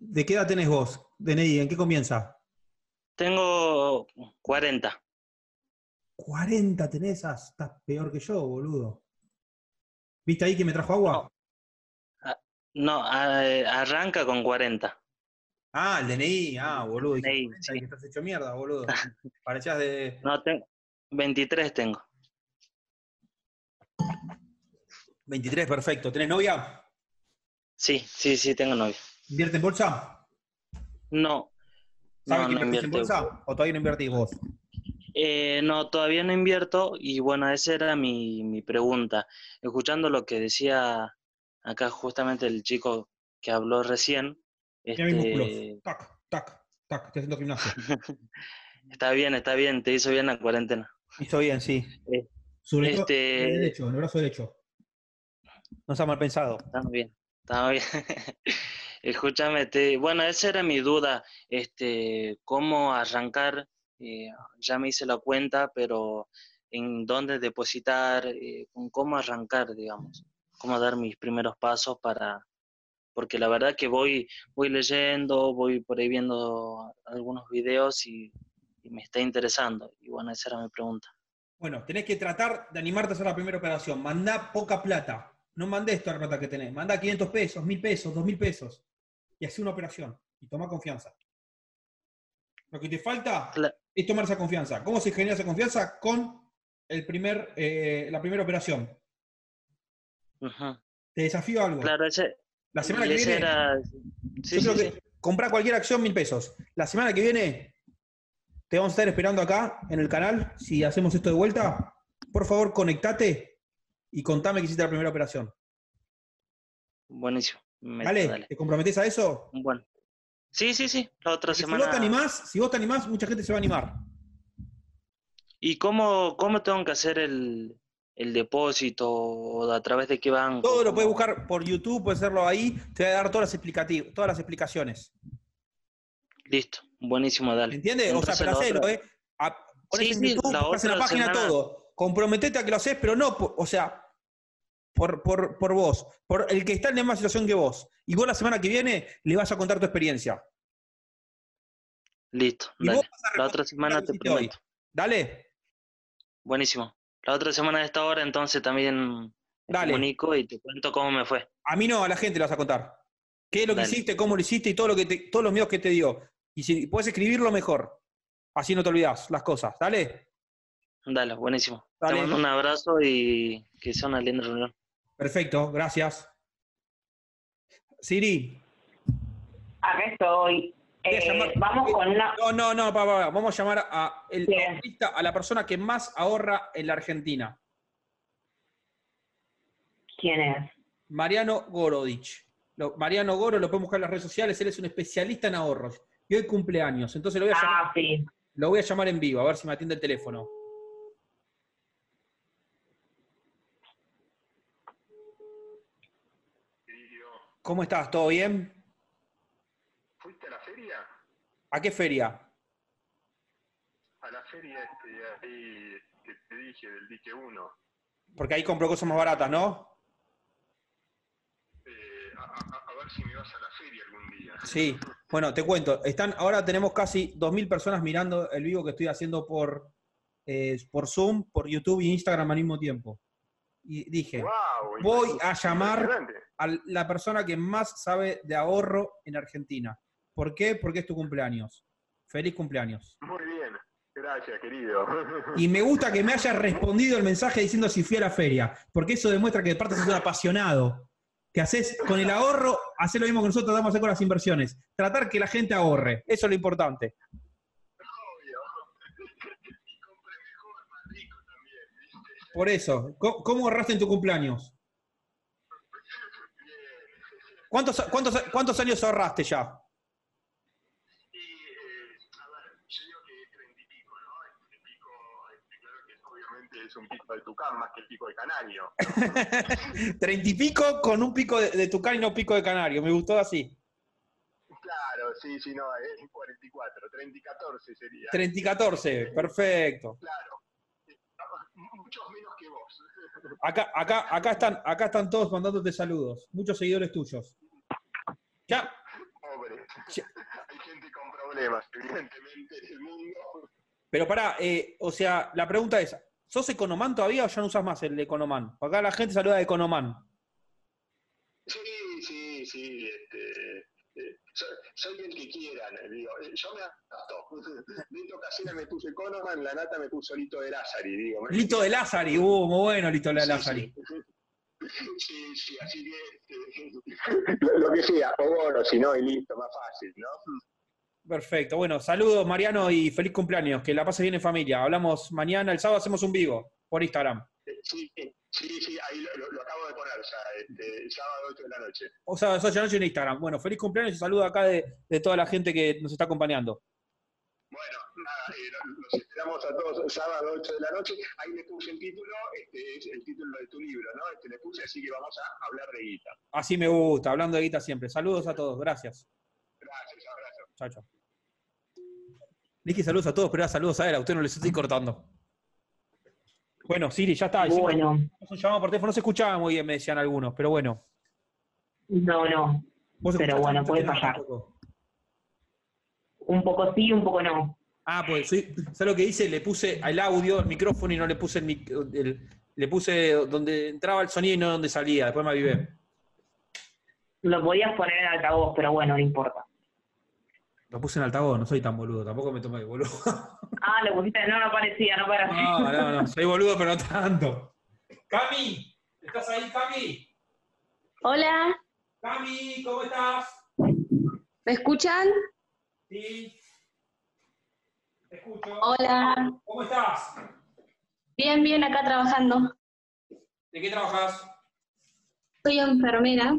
A: de qué edad tenés vos, DNI? ¿En qué comienza?
F: Tengo 40.
A: 40 tenés, ah, estás peor que yo, boludo. ¿Viste ahí que me trajo agua?
F: No. No, a- arranca con 40.
A: Ah, el DNI, ah, boludo. dije,
F: DNI,
A: 40,
F: sí.
A: que estás hecho mierda, boludo. Parecías de.
F: No, tengo 23 tengo.
A: 23, perfecto. ¿Tenés novia?
F: Sí, sí, sí, tengo novia.
A: ¿Invierte en bolsa?
F: No. No,
A: ¿Sabes que
F: no
A: invertís en
F: invierto.
A: bolsa? ¿O todavía no invertís vos?
F: Eh, no, todavía no invierto y bueno, esa era mi, mi pregunta. Escuchando lo que decía acá justamente el chico que habló recién,
A: Mira mis músculos.
F: este,
A: Tac, tac, tac. Estoy haciendo gimnasio.
F: está bien, está bien, te hizo bien la cuarentena.
A: Hizo bien, sí.
F: Eh,
A: Sobre todo
F: este-
A: en el derecho, en el brazo derecho. No está mal pensado.
F: Está bien, está bien. Escúchame, te- bueno, esa era mi duda, este, cómo arrancar, eh, ya me hice la cuenta, pero en dónde depositar, eh, con cómo arrancar, digamos, cómo dar mis primeros pasos para, porque la verdad que voy, voy leyendo, voy por ahí viendo algunos videos y, y me está interesando. Y bueno, esa era mi pregunta.
A: Bueno, tenés que tratar de animarte a hacer la primera operación. Mandá poca plata. No mandés toda la plata que tenés. Mandá 500 pesos, 1000 pesos, 2000 pesos. Y hacé una operación. Y toma confianza. Lo que te falta
F: Cla-
A: es tomar esa confianza. ¿Cómo se genera esa confianza? Con el primer, eh, la primera operación.
F: Ujú.
A: Te desafío a algo.
F: Claro, ese,
A: La semana
F: y
A: que
F: ese
A: viene.
F: era... Sí, sí,
A: Yo creo
F: sí.
A: que comprá cualquier acción mil pesos. La semana que viene te vamos a estar esperando acá en el canal. Si hacemos esto de vuelta, por favor conectate y contame que hiciste la primera operación.
F: Buenísimo. Me-
A: ¿Vale?
F: dale.
A: ¿Te comprometes a eso?
F: Bueno. Sí, sí, sí. La otra
A: Porque Si
F: semana.
A: vos te animás, si vos te animás, mucha gente se va a animar.
F: ¿Y cómo, cómo tengo que hacer el, el depósito? ¿O a través de qué banco?
A: Todo lo puedes
F: ¿Cómo?
A: buscar por YouTube, puedes hacerlo ahí, te va a dar todas las explicati- todas las explicaciones.
F: Listo. Buenísimo, dale.
A: ¿Entiendes? O sea,
F: Entonces,
A: pero
F: la
A: hacelo,
F: otra-
A: ¿eh? A- ponés
F: Sí,
A: en
F: sí,
A: YouTube,
F: la
A: buscás en la
F: otra
A: página
F: semana-
A: todo. Comprometete a que lo haces, pero no, por- o sea, por, por, por vos, por el que está en la misma situación que vos. Y vos la semana que viene le vas a contar tu experiencia.
F: Listo,
A: Y
F: dale.
A: vos vas a
F: La otra
A: recordar lo
F: semana
A: que
F: te
A: hiciste hoy.
F: prometo.
A: Dale,
F: Buenísimo. La otra semana de esta hora, entonces también me
A: Dale.
F: comunico y te cuento cómo me fue.
A: a mí no, a la gente le vas a contar. ¿Qué es lo que
F: Dale.
A: hiciste, cómo lo hiciste y todo lo que te- todos los miedos que te dio? Y si puedes escribirlo mejor. Así no te olvidás las cosas. Dale.
F: Dale, buenísimo.
A: Dale.
F: Te mando un abrazo y que sea una linda reunión.
A: Perfecto, gracias. Siri,
B: Acá estoy.
A: Voy a
B: Eh,
A: llamar-
B: vamos con una.
A: No, no, no, pa, pa, pa. vamos a llamar a, el
B: Bien.
A: ahorrista, a la persona que más ahorra en la Argentina,
B: ¿Quién es?
A: Mariano Gorodich. Lo- Mariano Goro, lo pueden buscar en las redes sociales, él es un especialista en ahorros. Y hoy cumpleaños, entonces lo voy a, llamar,
B: Ah, sí.
A: lo voy a llamar en vivo, a ver si me atiende el teléfono.
G: Tío,
A: ¿Cómo estás? ¿Todo bien?
G: ¿fuiste a la feria?
A: ¿A qué feria?
G: A la feria este, ahí que te dije, del dique 1.
A: Porque ahí compro cosas más baratas, ¿no?
G: Eh, a, a- a ver si me vas a la feria algún día.
A: Sí. Bueno, te cuento, están, ahora tenemos casi 2.000 personas mirando el vivo que estoy haciendo por, eh, por Zoom, por YouTube y Instagram al mismo tiempo. Y dije,
G: Wow,
A: Eh, Voy a llamar-
G: impresionante.
A: a la persona que más sabe de ahorro en Argentina. ¿Por qué? Porque es tu cumpleaños. Feliz cumpleaños.
G: Muy bien, gracias, querido.
A: Y me gusta que me hayas respondido el mensaje diciendo si fui a la feria, porque eso demuestra que de parte sos un apasionado. Que haces con el ahorro, haces lo mismo que nosotros tratamos de hacer con las inversiones. Tratar que la gente ahorre. Eso es lo importante.
G: Y compre mejor, más rico también, ¿viste?
A: Por eso, ¿cómo, cómo ahorraste en tu cumpleaños? ¿Cuántos, cuántos, cuántos años ahorraste ya?
G: Y, eh, a ver, yo digo que es 30 y pico, ¿no? Este pico, este, claro que obviamente es un pico de Tucán más que el pico de Canario.
A: Treinta y pico con un pico de, de tucán y no pico de canario. Me gustó así.
G: Claro, sí, sí, no, es 44, 30 y 14 sería. Eh,
A: Treinta y catorce. Perfecto.
G: Claro. Eh, Muchos menos que vos.
A: Acá, acá, acá, están, acá están todos mandándote saludos. Muchos seguidores tuyos. Ya,
G: Pobre.
A: Sí.
G: Hay gente con problemas, evidentemente, en el mundo.
A: Pero pará, eh, o sea, la pregunta es, ¿sos economán todavía o ya no usas más el economán? Acá la gente saluda de economán.
G: Sí, sí, sí. Este, eh, soy, soy el que quieran, eh, digo. eh, Yo me adapto. Lito Casera me puso Economan, la nata me puso Lito de Lázari, digo.
A: Lito de Lázari, uh, muy bueno Lito de
G: Sí,
A: Lázari.
G: Sí, sí, sí, así que este, lo, lo que sea, o bueno, si no, y listo, más fácil, ¿no?
A: Perfecto, bueno, saludos Mariano y feliz cumpleaños, que la pases bien en familia. Hablamos mañana, el sábado hacemos un vivo por Instagram.
G: Eh, Sí, sí, sí, ahí lo, lo- lo acabo de poner, o sea, este, sábado 8 de la noche.
A: O sea, sos noche en Instagram. Bueno, feliz cumpleaños y saludo acá de, de toda la gente que nos está acompañando.
G: Bueno, nada, eh, lo- los esperamos a todos sábado 8 de la noche. Ahí le puse el título, este es el título de tu libro, ¿no? Este le puse, así que vamos a hablar de guita.
A: Así me gusta, hablando de guita siempre. Saludos a todos, gracias.
G: Gracias, abrazo.
A: Chao, chao. Le dije saludos a todos, pero era saludos a él, a usted no les estoy cortando. Bueno, Siri, ya está. hicimos-
B: Bueno,
A: hicimos un llamado por teléfono, no se escuchaba muy bien, me decían algunos, pero bueno.
B: no, no.
A: ¿Vos
B: Pero
A: escuchaste?
B: bueno,
A: No
B: puede
A: entendí
B: pasar.
A: tampoco.
B: Un poco sí, un poco no.
A: Ah, pues sí. ¿Sabes lo que hice? Le puse al audio el micrófono y no le puse el, mic- el- le puse donde entraba el sonido y no donde salía. Después me avivé.
B: Lo podías poner en altavoz, pero bueno, no importa.
A: Lo puse en altavoz, no soy tan boludo, tampoco me tomé de boludo.
B: Ah, lo pusiste, no, no parecía, no parecía.
A: No, Ah, no, no, soy boludo, pero no tanto. Cami, ¿estás ahí, Cami?
H: Hola,
A: Cami, ¿cómo estás?
H: ¿me escuchan?
A: Sí. Te escucho.
H: Hola.
A: ¿Cómo estás?
H: Bien, bien, acá trabajando.
A: ¿De qué trabajas?
H: Soy enfermera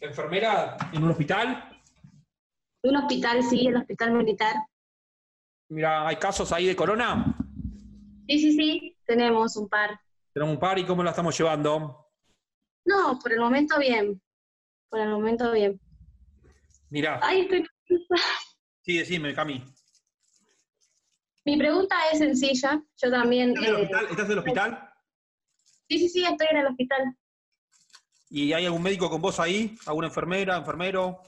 A: ¿Enfermera? ¿En un hospital?
H: de un hospital, sí, el hospital militar.
A: Mira, ¿hay casos ahí de corona?
H: Sí, sí, sí, tenemos un par.
A: Tenemos un par y cómo la estamos llevando.
H: No, por el momento bien. Por el momento bien.
A: Mirá,
H: Ay, estoy...
A: sí, decime, Cami.
H: Mi pregunta es sencilla. Yo también...
A: ¿Estás en el
H: eh,
A: hospital? ¿Estás en el hospital?
H: sí, sí, sí, estoy en el hospital.
A: ¿Y hay algún médico con vos ahí? ¿Alguna enfermera, enfermero?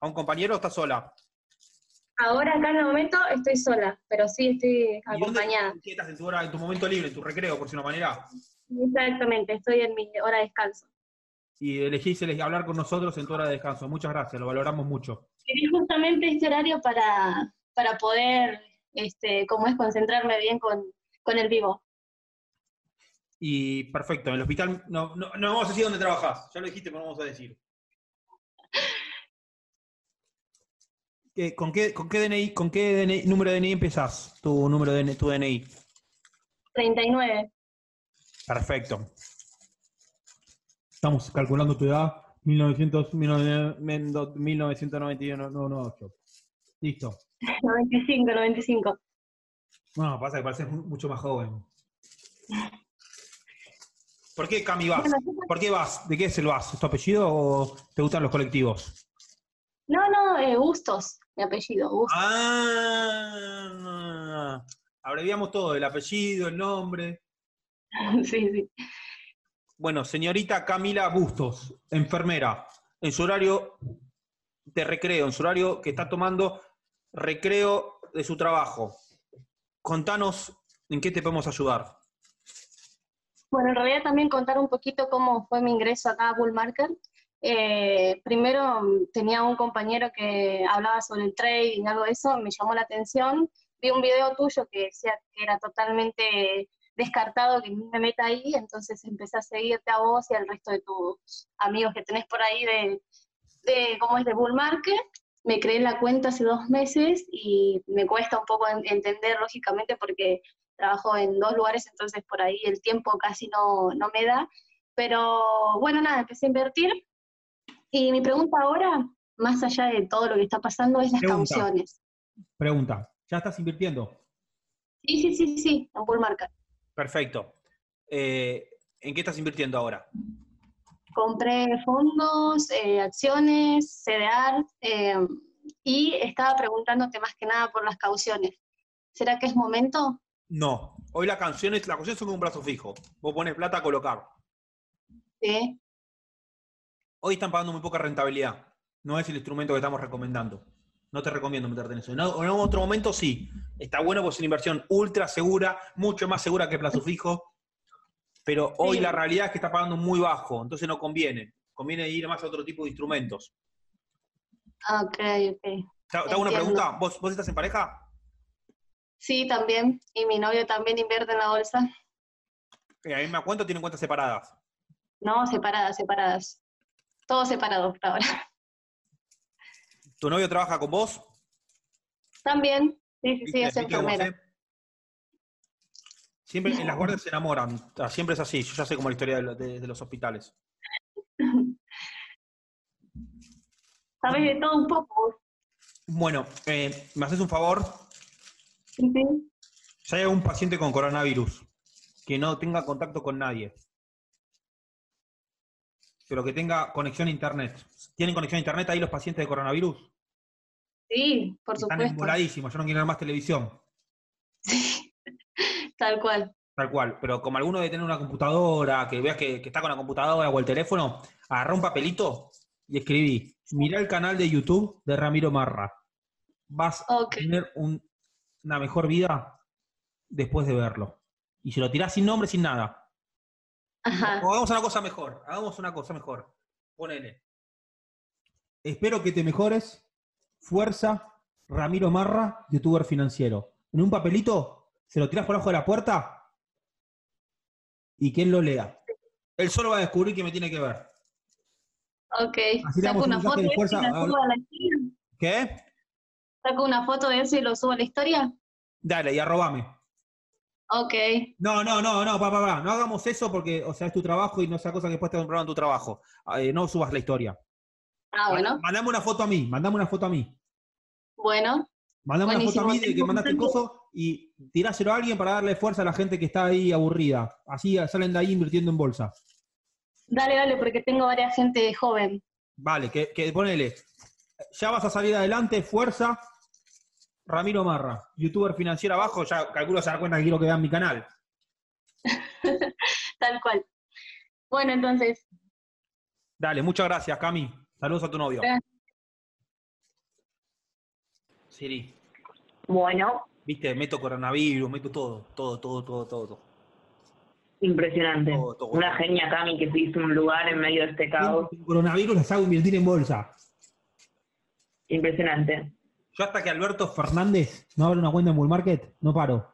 A: ¿A un compañero o estás sola?
H: Ahora acá en el momento estoy sola, pero sí estoy
A: ¿Y dónde-
H: acompañada.
A: ¿Qué estás en tu hora, en tu momento libre, en tu recreo, por si una manera?
H: Exactamente, estoy en mi hora de descanso.
A: Y elegís elegís hablar con nosotros en tu hora de descanso. Muchas gracias, lo valoramos mucho.
H: Quería justamente este horario para, para poder, este, como es, concentrarme bien con, con el vivo.
A: Y perfecto, en el hospital no, no, no vamos a decir dónde trabajás, Ah, ya lo dijiste, pero no vamos a decir. Eh, ¿Con qué, con qué, DNI, con qué DNI número de DNI empezás tu número de tu DNI?
H: 39.
A: Perfecto. Estamos calculando tu edad, 1900, 1900, 1991, no, no, ocho. Listo.
H: 95, 95.
A: No, pasa que pareces mu- mucho más joven. ¿Por qué Cami vas?
H: Bueno, yo-
A: ¿Por qué vas? ¿De qué es el vas? ¿Es tu apellido o te gustan los colectivos?
H: No, no, eh, Bustos, mi apellido, Bustos.
A: Ah, abreviamos todo, el apellido, el nombre.
H: Sí, sí.
A: Bueno, señorita Camila Bustos, enfermera, en su horario de recreo, en su horario que está tomando recreo de su trabajo. Contanos en qué te podemos ayudar.
H: Bueno, en realidad también contar un poquito cómo fue mi ingreso acá a Bull Market. Eh, primero mm, tenía un compañero que hablaba sobre el trading, algo de eso, me llamó la atención. Vi un video tuyo que decía que era totalmente descartado que me meta ahí, entonces empecé a seguirte a vos y al resto de tus amigos que tenés por ahí de, de cómo es de Bull Market. Me creé la cuenta hace dos meses y me cuesta un poco en- entender, lógicamente, porque trabajo en dos lugares, entonces por ahí el tiempo casi no, no me da. Pero bueno, nada, empecé a invertir. Y mi pregunta ahora, más allá de todo lo que está pasando, es las
A: Pregunta.
H: cauciones.
A: Pregunta, ¿ya estás invirtiendo?
H: Sí, sí, sí, sí, en Bull Market.
A: Perfecto. Eh, ¿En qué estás invirtiendo ahora?
H: Compré fondos, eh, acciones, CDR, eh, y estaba preguntándote más que nada por las cauciones. ¿Será que es momento?
A: No. Hoy las canciones, las canciones son con un plazo fijo. Vos pones plata a colocar.
H: Sí.
A: Hoy están pagando muy poca rentabilidad. No es el instrumento que estamos recomendando. No te recomiendo meterte en eso. En o- en otro momento sí. Está bueno porque es una inversión ultra segura, mucho más segura que plazo fijo. Pero hoy
H: Sí.
A: la realidad es que está pagando muy bajo, entonces no conviene. Conviene ir más a otro tipo de instrumentos.
H: Ah, Ok, ok.
A: ¿Te te hago una
H: Entiendo.
A: pregunta? ¿Vos, ¿Vos estás en pareja?
H: Sí, también. Y mi novio también invierte en la bolsa.
A: Eh, a mí me cuenta tienen cuentas separadas.
H: No, separadas, separadas. Todos separados por ahora.
A: ¿Tu novio trabaja con vos?
H: También. Sí, sí, sí,
A: ¿Viste?
H: es
A: ¿Viste cómo
H: enfermero.
A: sé? Siempre en las guardias se enamoran, Ah, siempre es así, yo ya sé como la historia de, lo- de- de los hospitales.
H: Sabes de todo un poco.
A: Bueno, eh, ¿me haces un favor?
H: Sí, sí.
A: Si hay algún paciente con coronavirus que no tenga contacto con nadie, pero que tenga conexión a internet. ¿Tienen conexión a internet ahí los pacientes de coronavirus?
H: Sí, por
A: Están
H: supuesto.
A: emboladísimos, yo no quiero ver más televisión.
H: Tal cual.
A: Tal cual, pero como alguno debe tener una computadora, que veas que, que está con la computadora o el teléfono, agarrá un papelito y escribí, mirá el canal de YouTube de Ramiro Marra. Vas
H: Ok.
A: a tener un- una mejor vida después de verlo. Y se lo tirás sin nombre, sin nada.
H: Ajá.
A: O hagamos una cosa mejor, hagamos una cosa mejor. Ponele. Espero que te mejores. Fuerza, Ramiro Marra, youtuber financiero. En un papelito, se lo tirás por abajo de la puerta y que él lo lea. Él solo va a descubrir que me tiene que ver.
H: Ok.
A: le damos
H: Saco
A: un
H: una
A: mensaje
H: foto
A: de
H: de eso
A: fuerza
H: y la
A: a-
H: subo a la historia.
A: ¿Qué?
H: Saco una foto de eso y lo subo a la historia.
A: Dale, y arrobame.
H: Ok.
A: No, no, no, no, papá, papá, no hagamos eso porque, o sea, es tu trabajo y no sea cosa que después te comprueban tu trabajo. Eh, no subas la historia.
H: Ah, bueno.
A: Mandame una foto a mí, mandame una foto a mí.
H: Bueno.
A: Mandame una foto a
H: Buenísimo,
A: mí de que
H: tengo
A: mandaste el
H: bastante-
A: coso y tiráselo a alguien para darle fuerza a la gente que está ahí aburrida. Así salen de ahí invirtiendo en bolsa.
H: Dale, dale, porque tengo varias gente joven.
A: Vale, que, que ponele. Ya vas a salir adelante, fuerza. Ramiro Marra, youtuber financiero abajo, ya calculo se da cuenta que quiero que vean mi canal.
H: Tal cual. Bueno, entonces,
A: Dale, muchas gracias, Cami. Saludos a tu novio.
H: Gracias.
A: Siri,
B: Bueno,
A: viste, meto coronavirus, meto todo, todo, todo, todo, todo. todo.
B: impresionante.
A: Todo, Oh, todo.
B: Una genia Cami que se hizo un lugar en medio de este caos.
A: Con Coronavirus las hago invertir en bolsa.
B: Impresionante.
A: Yo hasta que Alberto Fernández no abre una cuenta en Bull Market, no paro.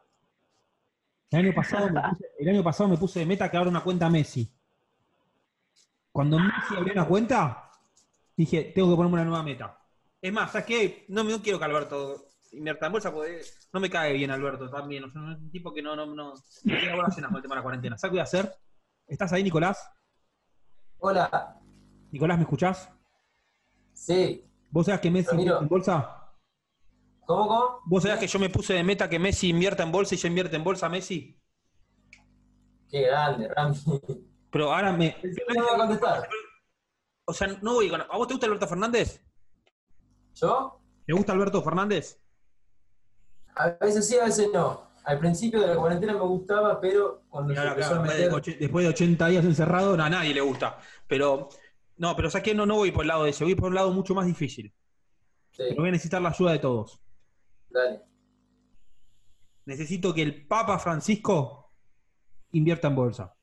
A: El año pasado me puse, el año pasado me puse de meta que abra una cuenta Messi. Cuando Messi abrió una cuenta, dije, tengo que ponerme una nueva meta. Es más, ¿sabes qué? No, me- no quiero que Alberto invierta en bolsa porque no me cae bien Alberto también. O sea, no es un tipo que no, no, no, no tiene buenas cenas con el tema de la cuarentena. ¿Sabes qué voy a hacer? ¿Estás ahí, Nicolás?
I: Hola,
A: Nicolás, ¿me escuchás?
I: sí,
A: ¿Vos sabés que Messi
I: Ramiro.
A: invierte en bolsa?
I: ¿cómo, cómo?
A: ¿Vos sabés que yo me puse de meta que Messi invierta en bolsa y yo invierto en bolsa Messi?
I: Qué grande, Rami. Pensé
A: Pero ahora me.
I: que no me iba a contestar.
A: O sea, no voy con. ¿A vos te gusta Alberto Fernández?
I: ¿Yo?
A: ¿Te gusta Alberto Fernández?
I: A veces sí, a veces no. Al principio de la cuarentena me gustaba, pero cuando
A: Y
I: se
A: ahora,
I: empezó
A: claro,
I: a
A: después,
I: meter...
A: de, och- después de 80 días encerrado, no, a nadie le gusta. Pero. No, pero ¿sabés qué? No, no voy por el lado de ese, voy por un lado mucho más difícil.
I: Sí,
A: Pero voy a necesitar la ayuda de todos.
I: dale.
A: Necesito que el Papa Francisco invierta en bolsa.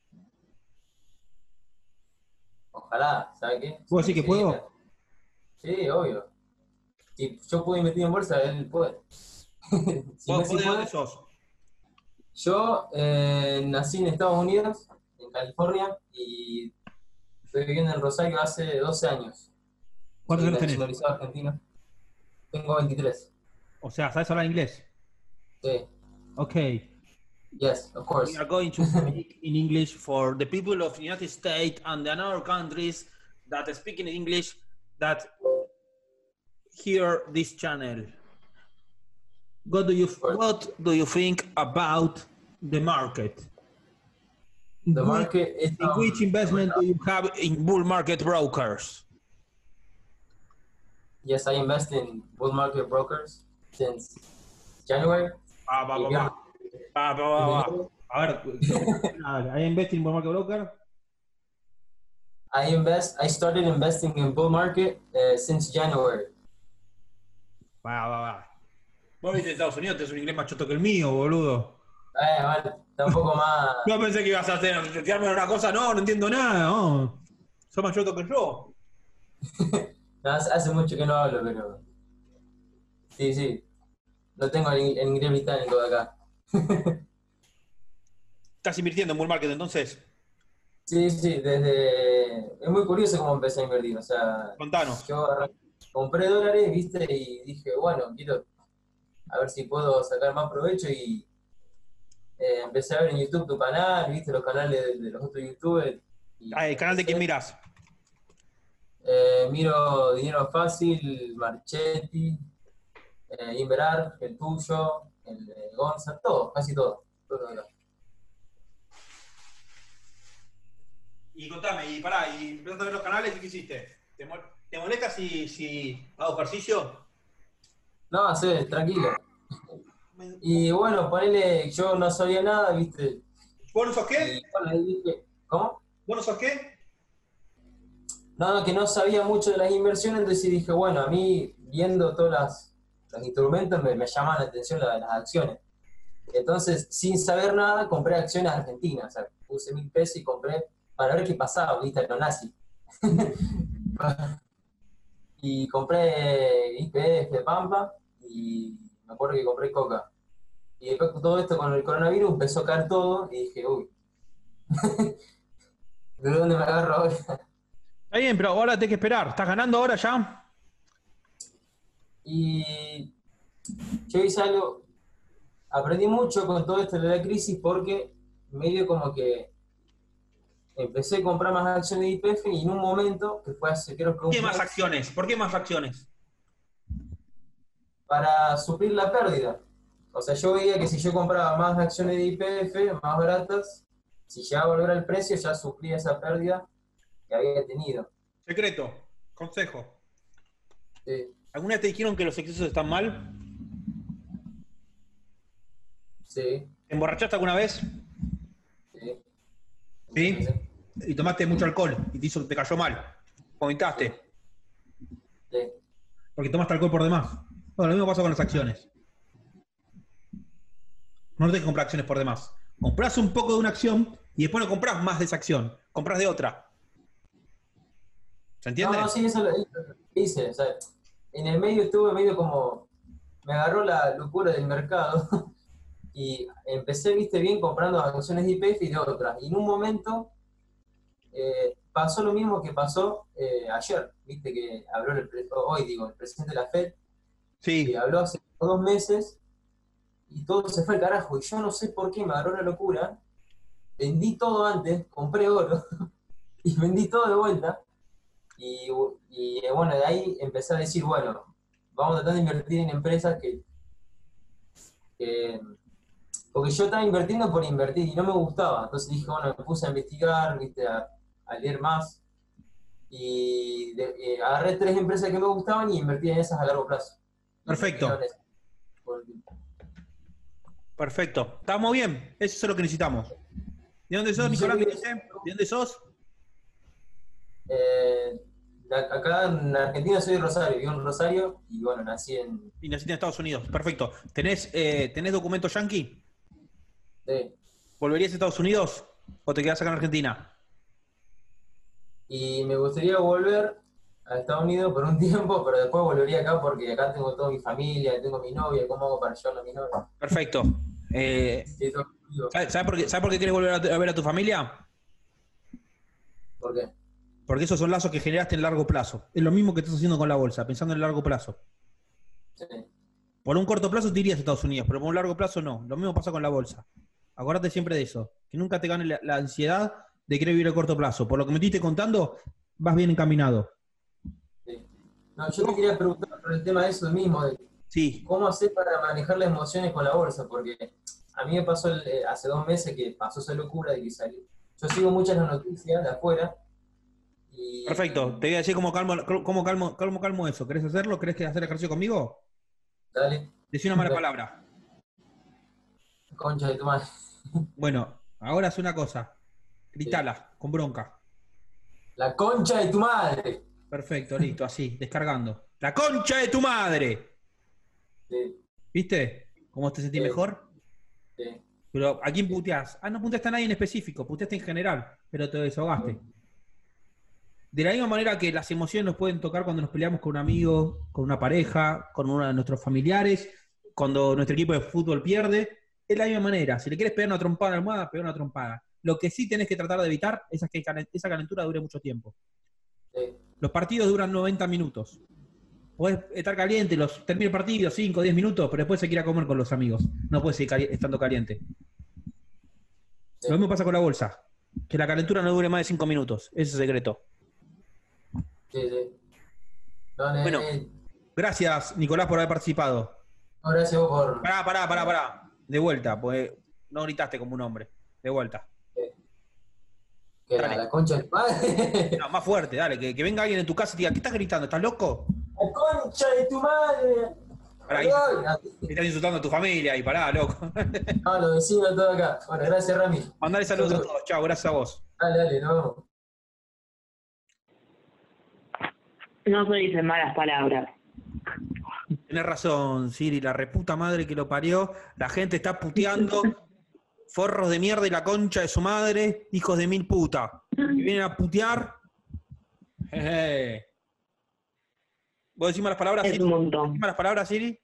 I: Ojalá, ¿sabes qué?
A: ¿Vos decís que
I: Sí,
A: puedo?
I: Sí, obvio. Si yo puedo invertir en bolsa, él puede. Si
A: ¿Vos
I: Messi
A: de
I: puede,
A: dónde sos?
I: Yo eh, nací en Estados Unidos, en California, y estoy viviendo en Rosario hace 12 años.
A: ¿Cuántos
I: Soy
A: años tenés?
I: nacionalizado argentino. Tengo 23.
A: O sea, ¿sabes hablar inglés?
I: Sí.
A: Ok.
I: Yes, of course.
A: We are going to speak in English for the people of United States and another countries that speak in English that hear this channel. What do you what do you think about the market?
I: The market is
A: In
I: um,
A: which investment do you have in bull market brokers?
I: Yes, I invest in bull market brokers since January.
A: Ah, va, va, va. Ah, va, va, va. A ver, nada, I invest in bull market broker.
I: I invest. I started investing in bull market uh, since January.
A: Va, va, va. Vos viste Estados Unidos, es un inglés más choto que el mío, boludo.
I: Eh, vale, tampoco más.
A: No pensé que ibas a hacer, tirarme una cosa, no, no entiendo nada, no. Sos más choto que yo.
I: No, hace, hace mucho que no hablo, pero. Sí, sí. No tengo el, ing- el inglés británico de acá.
A: Estás invirtiendo en bull market entonces.
I: Sí, sí, desde. Es muy curioso cómo empecé a invertir. O sea,
A: Contanos.
I: yo arran- compré dólares, viste, y dije, bueno, quiero a ver si puedo sacar más provecho y eh, empecé a ver en YouTube tu canal, viste los canales de, de los otros youtubers. y
A: Ah, el canal de quién
I: empecé.
A: mirás.
I: Eh, miro Dinero Fácil, Marchetti, eh, Inverar, el tuyo, el de Gonza, todo, casi todo. todo lo demás.
A: Y contame, y pará, y empezaste a ver los canales y qué hiciste. ¿Te, mol- te molesta si, si hago ejercicio?
I: No, hace tranquilo. Y bueno, ponele, yo no sabía nada, ¿viste?
A: ¿Vos no sos qué?
I: Y bueno, ahí dije, ¿cómo?
A: ¿Vos no sos qué?
I: No, no, que no sabía mucho de las inversiones, entonces dije, bueno, a mí viendo todos las, los instrumentos me, me llaman la atención la- las acciones. Entonces, sin saber nada, compré acciones argentinas. O sea, puse mil pesos y compré para ver qué pasaba, viste, lo nazi. y compré IPF de Pampa y me acuerdo que compré Coca. Y después con todo esto con el coronavirus empezó a caer todo y dije, uy, ¿de dónde me agarro ahora?
A: Está bien, pero ahora tenés que esperar. ¿Estás ganando ahora ya?
I: Y yo hice algo, aprendí mucho con todo esto de la crisis porque medio como que empecé a comprar más acciones de IPF y en un momento, que fue hace creo que un
A: ¿Qué más
I: mes,
A: acciones? ¿Por qué más acciones?
I: para suplir la pérdida. O sea, yo veía que si yo compraba más acciones de IPF, más baratas, si llegaba a volver al precio, ya suplía esa pérdida que había tenido.
A: Secreto, consejo.
I: Sí.
A: Eh, ¿Alguna vez te dijeron que los excesos están mal?
I: Sí,
A: ¿Te emborrachaste alguna vez?
I: sí.
A: Sí. Y tomaste mucho alcohol y te, hizo, te cayó mal. Comentaste.
I: Sí.
A: Porque tomaste alcohol por demás. Bueno, lo mismo pasa con las acciones. No te que comprar acciones por demás. Comprás un poco de una acción y después no compras más de esa acción. Compras de otra. ¿Se entiende?
I: No, no, sí, eso lo eso lo hice. O sea, en el medio estuve medio como. Me agarró la locura del mercado y empecé, viste, bien comprando acciones de IPF y de otras. Y en un momento eh, pasó lo mismo que pasó eh, ayer, viste, que habló el pre- hoy, digo, el presidente de la FED,
A: sí.
I: que habló hace dos meses y todo se fue al carajo. Y yo no sé por qué me agarró la locura. Vendí todo antes, compré oro y vendí todo de vuelta. Y, y, eh, bueno, de ahí empecé a decir, bueno, vamos a tratar de invertir en empresas que... que- porque yo estaba invirtiendo por invertir y no me gustaba. Entonces dije, bueno, me puse a investigar, ¿viste? A, a leer más. Y de- eh, agarré tres empresas que me gustaban y invertí en esas a largo plazo.
A: Perfecto. Perfecto. Estamos bien. Eso es lo que necesitamos. ¿De dónde sos, Nicolás? ¿Me dijiste? ¿De dónde sos?
I: Eh, a- acá en Argentina soy de Rosario, vivo en Rosario y bueno, nací en...
A: Y naciste en Estados Unidos. Perfecto. ¿Tenés, eh, ¿tenés documento yankee?
I: sí.
A: ¿Volverías a Estados Unidos o te quedás acá en Argentina?
I: Y me gustaría volver a Estados Unidos por un tiempo, pero después volvería acá porque acá tengo toda mi familia, tengo mi novia, ¿cómo hago para llevarla a mi novia?
A: Perfecto. Eh,
I: Sí, todo conmigo.
A: ¿sabes, sabes por qué, sabes por qué querés volver a, a ver a tu familia?
I: ¿Por qué?
A: Porque esos son lazos que generaste en largo plazo. Es lo mismo que estás haciendo con la bolsa, pensando en largo plazo.
I: Sí.
A: Por un corto plazo te irías a Estados Unidos, pero por un largo plazo no. Lo mismo pasa con la bolsa. Acordate siempre de eso. Que nunca te gane la, la ansiedad de querer vivir a corto plazo. Por lo que me estuviste contando, vas bien encaminado.
I: No, yo te quería preguntar por el tema de eso mismo, de
A: Sí.
I: ¿Cómo hacer para manejar las emociones con la bolsa? Porque a mí me pasó el- eh, hace dos meses que pasó esa locura de que salí. Yo sigo muchas las noticias de afuera. Y,
A: Perfecto. Te voy a decir cómo calmo, cómo calmo, calmo, calmo eso. ¿Querés hacerlo? ¿Querés que hacer ejercicio conmigo?
I: Dale,
A: Decí una mala palabra.
I: concha de tu madre.
A: Bueno, ahora hace una cosa. Gritala, con bronca.
I: La concha de tu madre.
A: Perfecto, listo, así, descargando. ¡La concha de tu madre!
I: Sí,
A: ¿Viste? ¿Cómo te sentís
I: Sí.
A: mejor?
I: sí.
A: Pero, ¿a quién puteás? Ah, no puteaste a nadie en específico, puteaste en general, pero te desahogaste. De la misma manera que las emociones nos pueden tocar cuando nos peleamos con un amigo, con una pareja, con uno de nuestros familiares, cuando nuestro equipo de fútbol pierde, es la misma manera. Si le quieres pegar una trompada a la almohada, pega una trompada. Lo que sí tenés que tratar de evitar es que calen- esa calentura dure mucho tiempo.
I: sí.
A: Los partidos duran 90 minutos. Podés estar caliente, los, termina el partido 5, 10 minutos, pero después se quiere comer con los amigos. No puedes seguir cali- estando caliente.
I: Sí.
A: Lo mismo pasa con la bolsa. Que la calentura no dure más de 5 minutos. Ese es el secreto.
I: sí, sí. No, ne-
A: Bueno.
I: ne-
A: Gracias, Nicolás, por haber participado.
I: no, gracias vos por.
A: Pará, pará, pará, pará. De vuelta, pues no gritaste como un hombre. De vuelta.
I: que era
A: dale.
I: la concha de tu madre.
A: No, más fuerte, dale. Que, que venga alguien en tu casa y te diga, ¿qué estás gritando? ¿Estás loco?
I: la concha de tu madre.
A: Pará, ahí.
I: Ay,
A: Estás insultando a tu familia y pará, loco.
I: No, los vecinos, todo acá. Bueno, gracias, Rami.
A: Mandale saludos a todos. Chao, gracias a vos.
I: Dale, dale, nos vemos.
B: No se dicen malas palabras.
A: Tenés razón, Siri, la reputa madre que lo parió. La gente está puteando. Forros de mierda y la concha de su madre, hijos de mil puta. Y vienen a putear. Jeje. Eh, ¿Vos decís malas palabras,
B: Es
A: Siri?
B: un
A: ¿Decís
B: montón.
A: malas palabras, Siri?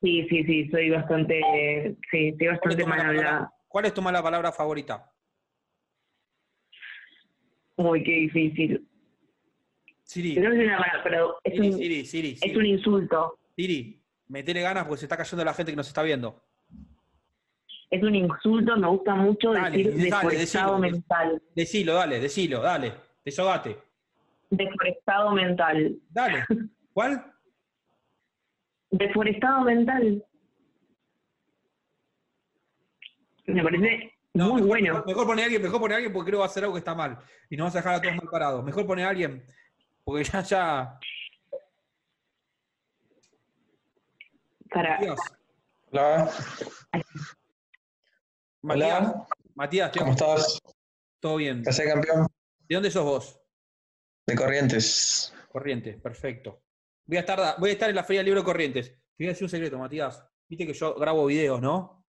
B: Sí, sí, sí, soy bastante, sí, soy
A: ¿Cuál es,
B: bastante
A: tu
B: mal
A: mala palabra,
B: hablada.
A: cuál es tu mala palabra favorita?
B: Uy, qué difícil.
A: Siri,
B: No es una mala, pero es
A: Siri,
B: un,
A: Siri, Siri,
B: es un
A: Siri,
B: insulto.
A: Siri, metele ganas porque se está cayendo la gente que nos está viendo.
B: Es un insulto, me gusta mucho
A: Dale,
B: decir
A: dale, decilo.
B: deforestado mental.
A: Decilo, dale, decilo, dale, desahogate.
B: Deforestado mental.
A: Dale. ¿Cuál?
B: Deforestado mental. Me parece
A: No,
B: muy
A: mejor,
B: bueno.
A: Mejor, mejor poner a alguien, mejor poner a alguien porque creo que va a hacer algo que está mal. Y nos vas a dejar a todos mal parados. Mejor poner a alguien. Porque ya, ya.
B: Para,
A: Matías.
J: Hola,
A: Matías,
J: Hola.
A: Matías, te-
J: ¿cómo estás?
A: todo bien.
J: ¿Qué haces, campeón?
A: ¿De dónde sos vos?
J: De Corrientes.
A: Corrientes, perfecto. Voy a estar, voy a estar en la Feria del Libro de Corrientes. Te voy a decir un secreto, Matías. Viste que yo grabo videos, ¿no?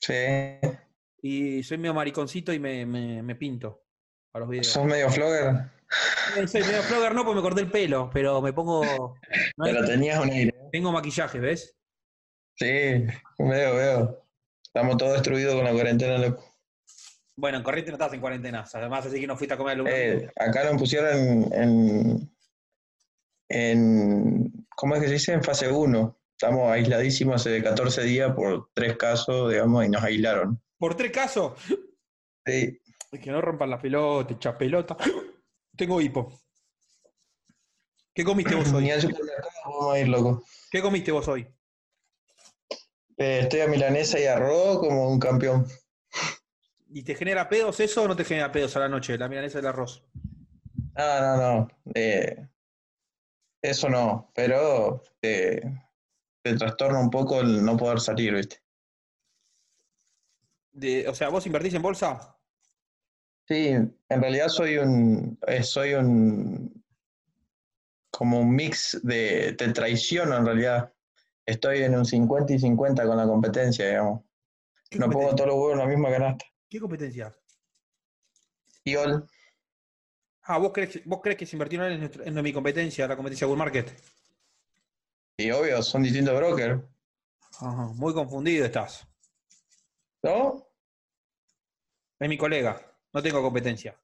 J: Sí,
A: Y soy medio mariconcito y me, me- me pinto a los videos.
J: sos medio flogger,
A: Eh, Soy medio flogger, no, porque me corté el pelo, pero me pongo. no,
J: pero tenías un aire.
A: Tengo maquillaje, ¿ves?
J: Sí, veo, veo. Estamos todos destruidos con la cuarentena, loco.
A: Bueno, en Corrientes no estás en cuarentena. Además, así que no fuiste a comer al lugar.
J: Eh, acá nos pusieron en, en, en- ¿Cómo es que se dice? En fase 1. Estamos aisladísimos hace 14 días por tres casos, digamos, y nos aislaron.
A: Por tres casos.
J: Sí,
A: Es que no rompan las pelotas, chapelota. Tengo hipo. ¿Qué comiste vos
J: ni
A: hoy?
J: al supermercado vamos a ir, loco.
A: ¿Qué comiste vos hoy?
J: Eh, estoy a milanesa y arroz como un campeón.
A: ¿Y te genera pedos eso o no te genera pedos a la noche? La milanesa del arroz.
J: No, no, no. eh, eso no, pero te, te trastorna un poco el no poder salir, ¿viste?
A: Eh, De- o sea, ¿vos invertís en bolsa?
J: Sí, en realidad soy un, eh, soy un, como un mix de, te traiciono en realidad. Estoy en un 50 y 50 con la competencia, digamos.
A: ¿Qué,
J: No pongo
A: competen-
J: todos los huevos en la misma canasta.
A: qué competencia?
J: Iol,
A: Ah, ¿vos crees, vos crees que se invirtieron en, nuestra- en mi competencia, la competencia Bull Market?
J: y obvio, son distintos brokers,
A: Ajá, muy confundido estás.
J: ¿no?
A: Es mi colega, no tengo competencia.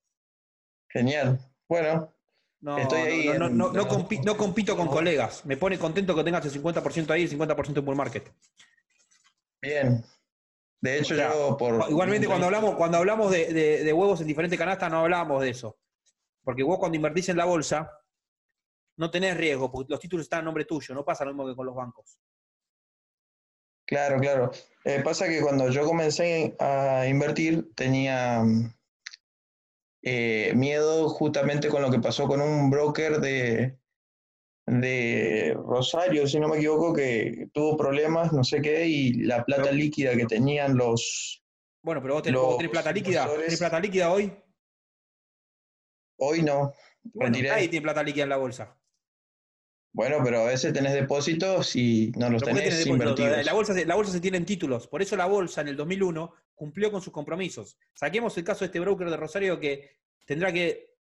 J: Genial. Bueno,
A: No,
J: Estoy ahí
A: no, no,
J: en-
A: no, no, no compi- no compito con colegas. Me pone contento que tengas el 50% ahí y el 50% en Bull Market.
J: bien. De hecho,
A: O sea,
J: yo por...
A: Igualmente, cuando hablamos, cuando hablamos de, de- de huevos en diferentes canastas, no hablamos de eso. Porque vos cuando invertís en la bolsa, no tenés riesgo, porque los títulos están a nombre tuyo, no pasa lo mismo que con los bancos.
J: Claro, claro. Eh, pasa que cuando yo comencé a invertir tenía mm, eh, miedo justamente con lo que pasó con un broker de, de Rosario, si no me equivoco, que tuvo problemas, no sé qué, y la plata líquida que tenían los...
A: Bueno, pero vos tenés,
J: Los
A: vos tenés plata líquida,
J: inversores-
A: tenés plata líquida hoy.
J: Hoy no,
A: Bueno,
J: retiré.
A: nadie tiene plata líquida en la bolsa.
J: Bueno, pero a veces tenés depósitos y no los
A: Pero ¿por qué tenés
J: tenés
A: depósito?
J: invertidos.
A: eh, La bolsa, se- la bolsa se tiene en títulos. Por eso la bolsa en el 2001 cumplió con sus compromisos. Saquemos el caso de este broker de Rosario que tendrá que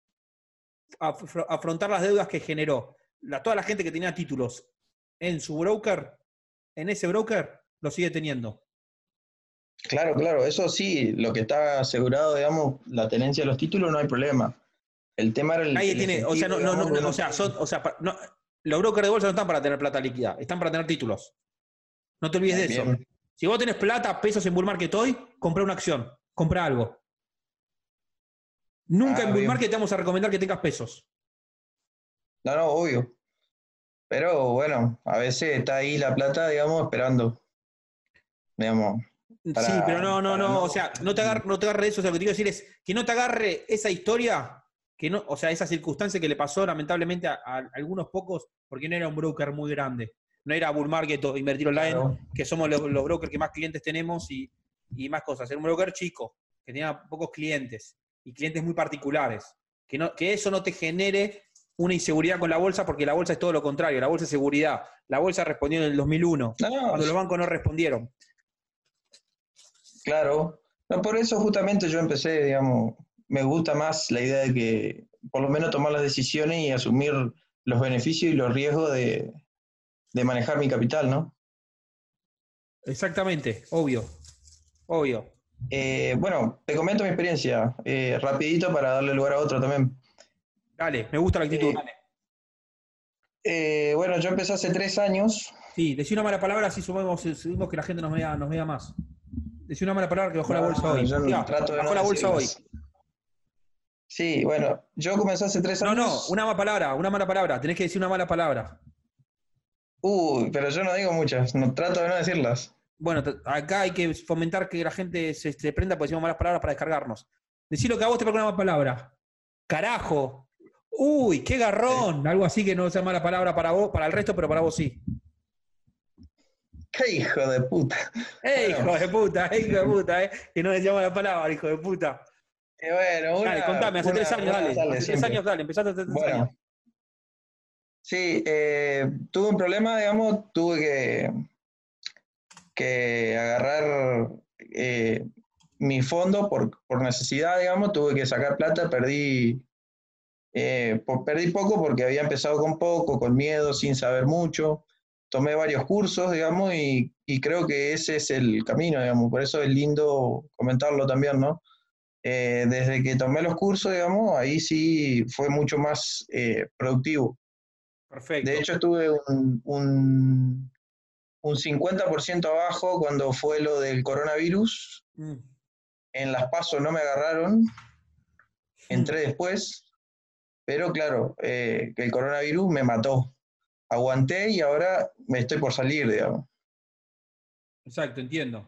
A: afro- afrontar las deudas que generó. La- toda la gente que tenía títulos en su broker, en ese broker, lo sigue teniendo.
J: Claro, claro, eso sí, lo que está asegurado, digamos, la tenencia de los títulos, no hay problema. El tema era el.
A: Nadie
J: el
A: tiene, o sea, no, no,
J: efectivo,
A: no,
J: digamos, que
A: no, o sea, son- o sea, pa- no, los brokers de bolsa no están para tener plata líquida, están para tener títulos. No te olvides de eso.
J: Bien,
A: Si vos tenés plata, pesos en Bull Market hoy, compra una acción, compra algo. Nunca
J: Ah,
A: en Bull
J: bien.
A: Market te vamos a recomendar que tengas pesos.
J: No, no, obvio. Pero bueno, a veces está ahí la plata, digamos, esperando. Digamos, Para-
A: sí, pero no, no,
J: para
A: no,
J: no-
A: O sea, no te agarre, no te agarre eso. O sea, lo que te quiero decir es que no te agarre esa historia, que no, o sea, esa circunstancia que le pasó lamentablemente a, a algunos pocos, porque no era un broker muy grande. No era Bull Market o Invertir Online,
J: claro,
A: que somos los, los brokers que más clientes tenemos y, y más cosas. Era un broker chico, que tenía pocos clientes y clientes muy particulares. Que, no, que eso no te genere una inseguridad con la bolsa, porque la bolsa es todo lo contrario, la bolsa es seguridad. La bolsa respondió en el 2001,
J: No, no,
A: cuando los bancos no respondieron.
J: claro. No, por eso justamente yo empecé, digamos, me gusta más la idea de que, por lo menos, tomar las decisiones y asumir los beneficios y los riesgos de, de manejar mi capital, ¿no?
A: Exactamente, obvio, obvio.
J: Eh, bueno, te comento mi experiencia, eh, rapidito para darle lugar a otro también.
A: Dale, me gusta la actitud.
J: Eh, Eh, bueno, yo empecé hace tres años.
A: sí, decí una mala palabra, así subimos, eh, subimos que la gente nos vea, nos vea más. Decí una mala palabra que bajó la bolsa hoy.
J: Yo
A: Mirá,
J: trato de
A: bajó
J: no
A: la bolsa hoy.
J: decirlas. Sí, bueno, yo comencé hace tres
A: No,
J: años.
A: no, una mala palabra, una mala palabra. Tenés que decir una mala palabra.
J: Uy, pero yo no digo muchas, no, trato de no decirlas.
A: Bueno, t- acá hay que fomentar que la gente se, se prenda porque decimos malas palabras para descargarnos. Decí lo que a vos te parece una mala palabra. Carajo. Uy, qué garrón. Algo así que no sea mala palabra para vos, para el resto, pero para vos sí.
J: ¡Qué hijo de puta!
A: ¡Ey,
J: Bueno.
A: hijo de puta! ¡Ey, hijo de puta! Eh! Que no decíamos la palabra, hijo de puta.
J: Y bueno, una,
A: dale, contame, hace
J: una-
A: tres años,
J: una
A: dale.
J: sale
A: hace tres
J: siempre.
A: años, dale. Empezaste hace tres años.
J: Bueno, sí, eh, tuve un problema, digamos, tuve que, que agarrar eh, mi fondo por, por necesidad, digamos, tuve que sacar plata, perdí, eh, po- perdí poco porque había empezado con poco, con miedo, sin saber mucho. Tomé varios cursos, digamos, y, y creo que ese es el camino, digamos, por eso es lindo comentarlo también, ¿no? Eh, desde que tomé los cursos, digamos, ahí sí fue mucho más eh, productivo.
A: Perfecto.
J: De hecho, estuve un, un, un 50% abajo cuando fue lo del coronavirus.
A: Mm.
J: En las pasos no me agarraron, entré después, pero claro, eh, que el coronavirus me mató. Aguanté y ahora me estoy por salir, digamos.
A: Exacto, entiendo.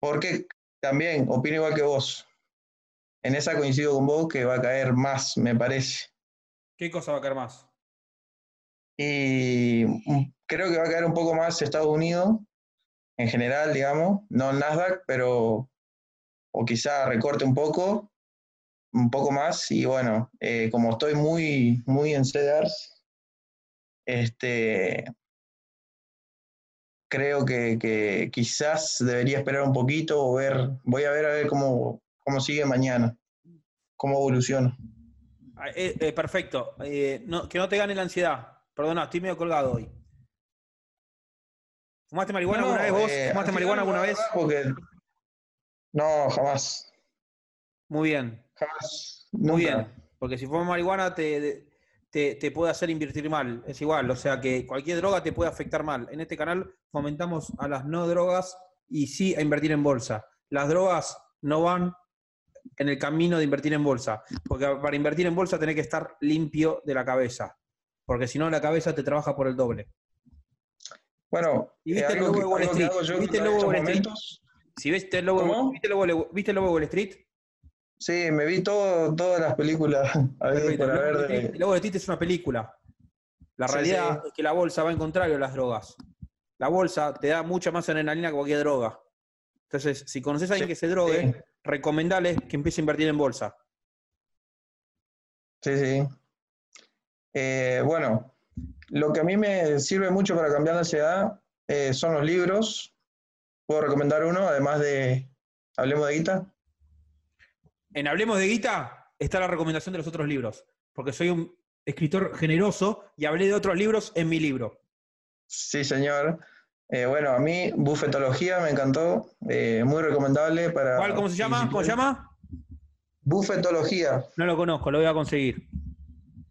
J: Porque también opino igual que vos. En esa coincido con vos que va a caer más, me parece.
A: ¿Qué cosa va a caer más?
J: Y mm, creo que va a caer un poco más Estados Unidos en general, digamos, no el Nasdaq, pero o quizá recorte un poco, un poco más, y bueno, eh, como estoy muy, muy en Cedars, este, creo que, que quizás debería esperar un poquito o ver, voy a ver a ver cómo, cómo sigue mañana, cómo evoluciona.
A: Ah, eh, eh, perfecto. Eh, no- que no te gane la ansiedad. Perdona, estoy medio colgado hoy. ¿Fumaste marihuana
J: No,
A: alguna vez vos?
J: eh,
A: ¿Fumaste
J: al
A: marihuana
J: final
A: alguna vez?
J: Porque, no, jamás,
A: Muy bien,
J: jamás,
A: muy
J: nunca.
A: bien. Porque si fumas marihuana te, te, te puede hacer invertir mal. Es igual, o sea que cualquier droga te puede afectar mal. En este canal fomentamos a las no drogas y sí a invertir en bolsa. Las drogas no van en el camino de invertir en bolsa. Porque para invertir en bolsa tenés que estar limpio de la cabeza. Porque si no, la cabeza te trabaja por el doble.
J: Bueno,
A: Y viste
J: eh,
A: el
J: algo
A: logo
J: que-
A: de Wall
J: algo que
A: Street,
J: hago yo en
A: viste el
J: estos
A: logo de Wall Street.
J: momentos,
A: Si viste el logo,
J: ¿Cómo?
A: ¿viste el logo, ¿viste el logo de Wall Street?
J: Sí, me vi todo, todas las películas a ver,
A: Perfecto,
J: por
A: el,
J: haber
A: logo de Wall Street- el
J: de-
A: logo de Wall Street es una película. La
J: Sí,
A: realidad
J: sí.
A: es que la bolsa va en contrario a las drogas. La bolsa te da mucha más adrenalina que cualquier droga. Entonces, si conoces a alguien
J: Sí,
A: que se drogue, recomendale que empiece a invertir en bolsa.
J: Sí, sí. Eh, bueno, lo que a mí me sirve mucho para cambiar la ansiedad eh, son los libros. Puedo recomendar uno, además de Hablemos de Guita.
A: En Hablemos de Guita está la recomendación de los otros libros. Porque soy un escritor generoso y hablé de otros libros en mi libro.
J: Sí, señor. Eh, bueno, a mí Bufetología me encantó, eh, muy recomendable para...
A: ¿Cuál, cómo se llama? ¿Cómo se llama?
J: Bufetología,
A: No lo conozco, lo voy a conseguir.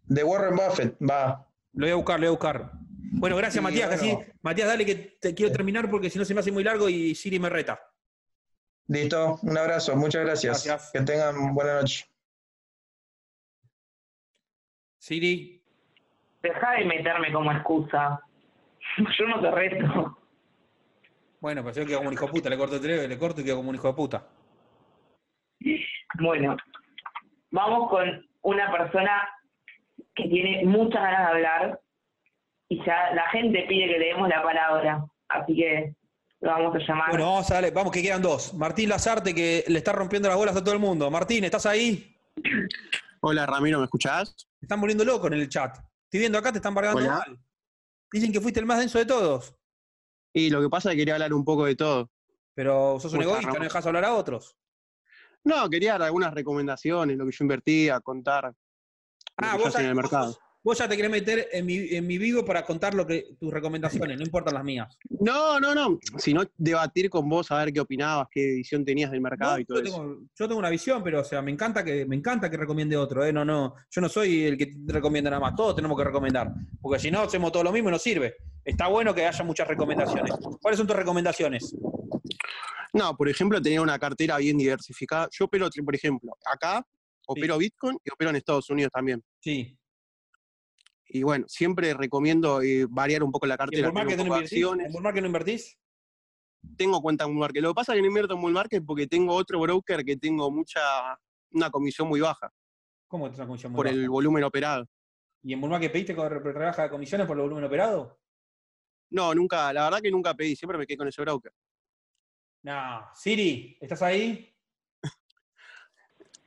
J: de Warren Buffett, va.
A: Lo voy a buscar, lo voy a buscar. Bueno, gracias
J: Y
A: Matías. que
J: bueno.
A: así- Matías, dale que te quiero terminar porque si no se me hace muy largo y Siri me reta.
J: Listo, un abrazo, muchas gracias.
A: Gracias.
J: Que tengan buena noche.
A: Siri,
B: Deja de meterme como excusa. Yo no te reto.
A: bueno, pues yo quedo como un hijo de puta, le corto el teléfono, le corto y quedo como un hijo de puta.
B: Bueno, vamos con una persona que tiene muchas ganas de hablar y ya la gente pide que le demos la palabra. Así que lo vamos a llamar.
A: Bueno, vamos a darle, vamos que quedan dos. Martín Lazarte que le está rompiendo las bolas a todo el mundo. Martín, ¿estás ahí?
K: Hola Ramiro, ¿me escuchás?
A: Te están volviendo loco en el chat. Estoy viendo acá, te están bargando
K: Hola.
A: mal. Dicen que fuiste el más denso de todos,
K: Y lo que pasa es que quería hablar un poco de todo.
A: pero sos un
K: Puta,
A: egoísta,
K: Ramón.
A: no dejas hablar a otros.
K: No, quería dar algunas recomendaciones, lo que yo invertía, contar
A: Ah,
K: lo
A: vos
K: que yo hacía en el
A: sabés-
K: mercado.
A: Vos ya te querés meter en mi, en mi vivo para contar lo que, tus recomendaciones, no importan las mías.
K: No, no, no, sino debatir con vos a ver qué opinabas, qué visión tenías del mercado
A: No,
K: y todo
A: yo,
K: eso.
A: tengo, yo tengo una visión, pero o sea, me encanta que me encanta que recomiende otro, ¿eh? No, no, yo no soy el que te recomienda nada más, todos tenemos que recomendar, porque si no hacemos todo lo mismo y no sirve. Está bueno que haya muchas recomendaciones. ¿Cuáles son tus recomendaciones?
K: No, por ejemplo, tener una cartera bien diversificada. Yo opero, por ejemplo, acá opero Bitcoin y opero en Estados Unidos también.
A: Sí.
K: Y bueno, siempre recomiendo eh, variar un poco la
A: ¿Y en
K: cartera.
A: Bull Market
K: tener
A: no
K: un poco de
A: invertís?
K: acciones.
A: ¿En Bull Market no invertís?
K: tengo cuenta en Bull Market. Lo que pasa es que no invierto en Bull Market porque tengo otro broker que tengo mucha una comisión muy baja
A: ¿Cómo te está comisión muy
K: por el
A: baja?
K: volumen operado.
A: ¿Y en Bull Market pediste con re- rebaja de comisiones por el volumen operado?
K: No, nunca, la verdad que nunca pedí, siempre me quedé con ese broker.
A: Nah. Siri, ¿estás ahí?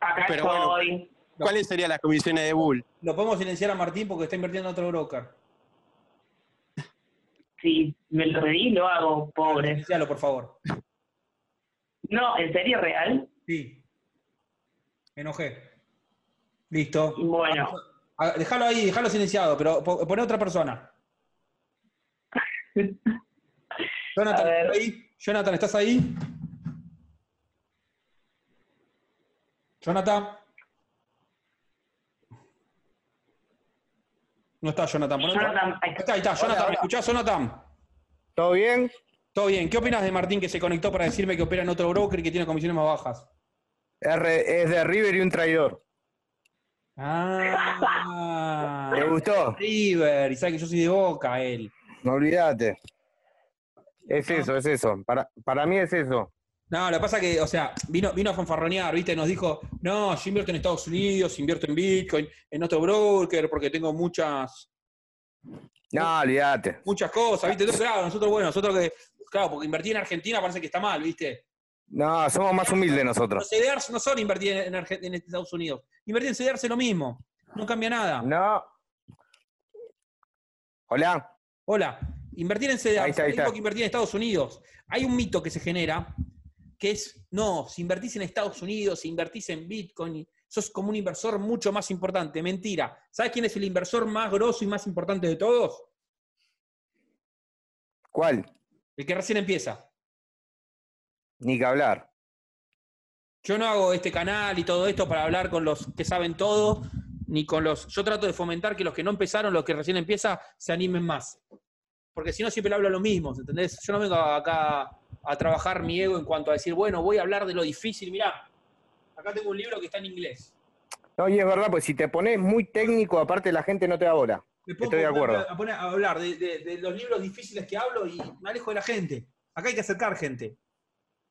B: Acá
K: pero bueno.
B: estoy.
A: No.
K: ¿Cuáles serían las comisiones de Bull?
A: Lo podemos silenciar a Martín porque está invirtiendo en otro broker.
B: Si me lo pedí, lo hago, pobre.
A: Silencialo, por favor.
B: No, ¿en serio real?
A: Sí. Me enojé. Listo.
B: Bueno,
A: Ah, Déjalo ahí, déjalo silenciado, pero po- poné otra persona. Jonathan,
B: A ver.
A: ¿estás ahí? Jonathan, ¿estás ahí? Jonathan. No está Jonathan. poné otra-
B: Jonathan, ahí
A: Ahí está, ahí está, Jonathan. ¿Me escuchás, Jonathan?
L: ¿Todo bien?
A: Todo bien. ¿Qué opinas de Martín que se conectó para decirme que opera en otro broker y que tiene comisiones más bajas?
L: Es, re- es de River y un traidor.
B: Ah.
A: Ah.
L: ¿Te gustó?
A: River, y sabe que yo soy de Boca, él. Ah.
L: No olvidate. Es
A: No.
L: eso, es eso. Para, para mí es eso.
A: No, lo que pasa que, o sea, vino, vino a fanfarronear, ¿viste? Nos dijo, no, yo invierto en Estados Unidos, invierto en Bitcoin, en otro broker, porque tengo muchas,
L: No, olvídate.
A: muchas cosas, ¿viste? Entonces, claro, nosotros, bueno, nosotros que, claro, porque invertir en Argentina parece que está mal, ¿viste?
L: No, somos más humildes
A: Los
L: nosotros.
A: CDRs no son invertir en, Arge- en Estados Unidos. Invertir en CDRs es lo mismo. No cambia nada.
L: No. Hola.
A: Hola. Invertir en CDRs
L: Ahí está,
A: es
L: ahí
A: lo mismo
L: está.
A: que invertir en Estados Unidos. Hay un mito que se genera que es, no, si invertís en Estados Unidos, si invertís en Bitcoin, sos como un inversor mucho más importante. Mentira. ¿Sabes quién es el inversor más grosso y más importante de todos?
L: ¿Cuál?
A: El que recién empieza.
L: Ni que hablar.
A: Yo no hago este canal y todo esto para hablar con los que saben todo, ni con los. Yo trato de fomentar que los que no empezaron, los que recién empiezan, se animen más. Porque si no, siempre le hablo a los mismos, ¿entendés? Yo no vengo acá a trabajar mi ego en cuanto a decir, bueno, voy a hablar de lo difícil. Mirá, acá tengo un libro que está en inglés.
L: No, y es verdad, pues si te pones muy técnico, aparte la gente no te da bola.
A: Me pongo
L: Estoy de
A: a poner-
L: acuerdo.
A: A, poner a hablar de, de- de los libros difíciles que hablo y me alejo de la gente. Acá hay que acercar gente.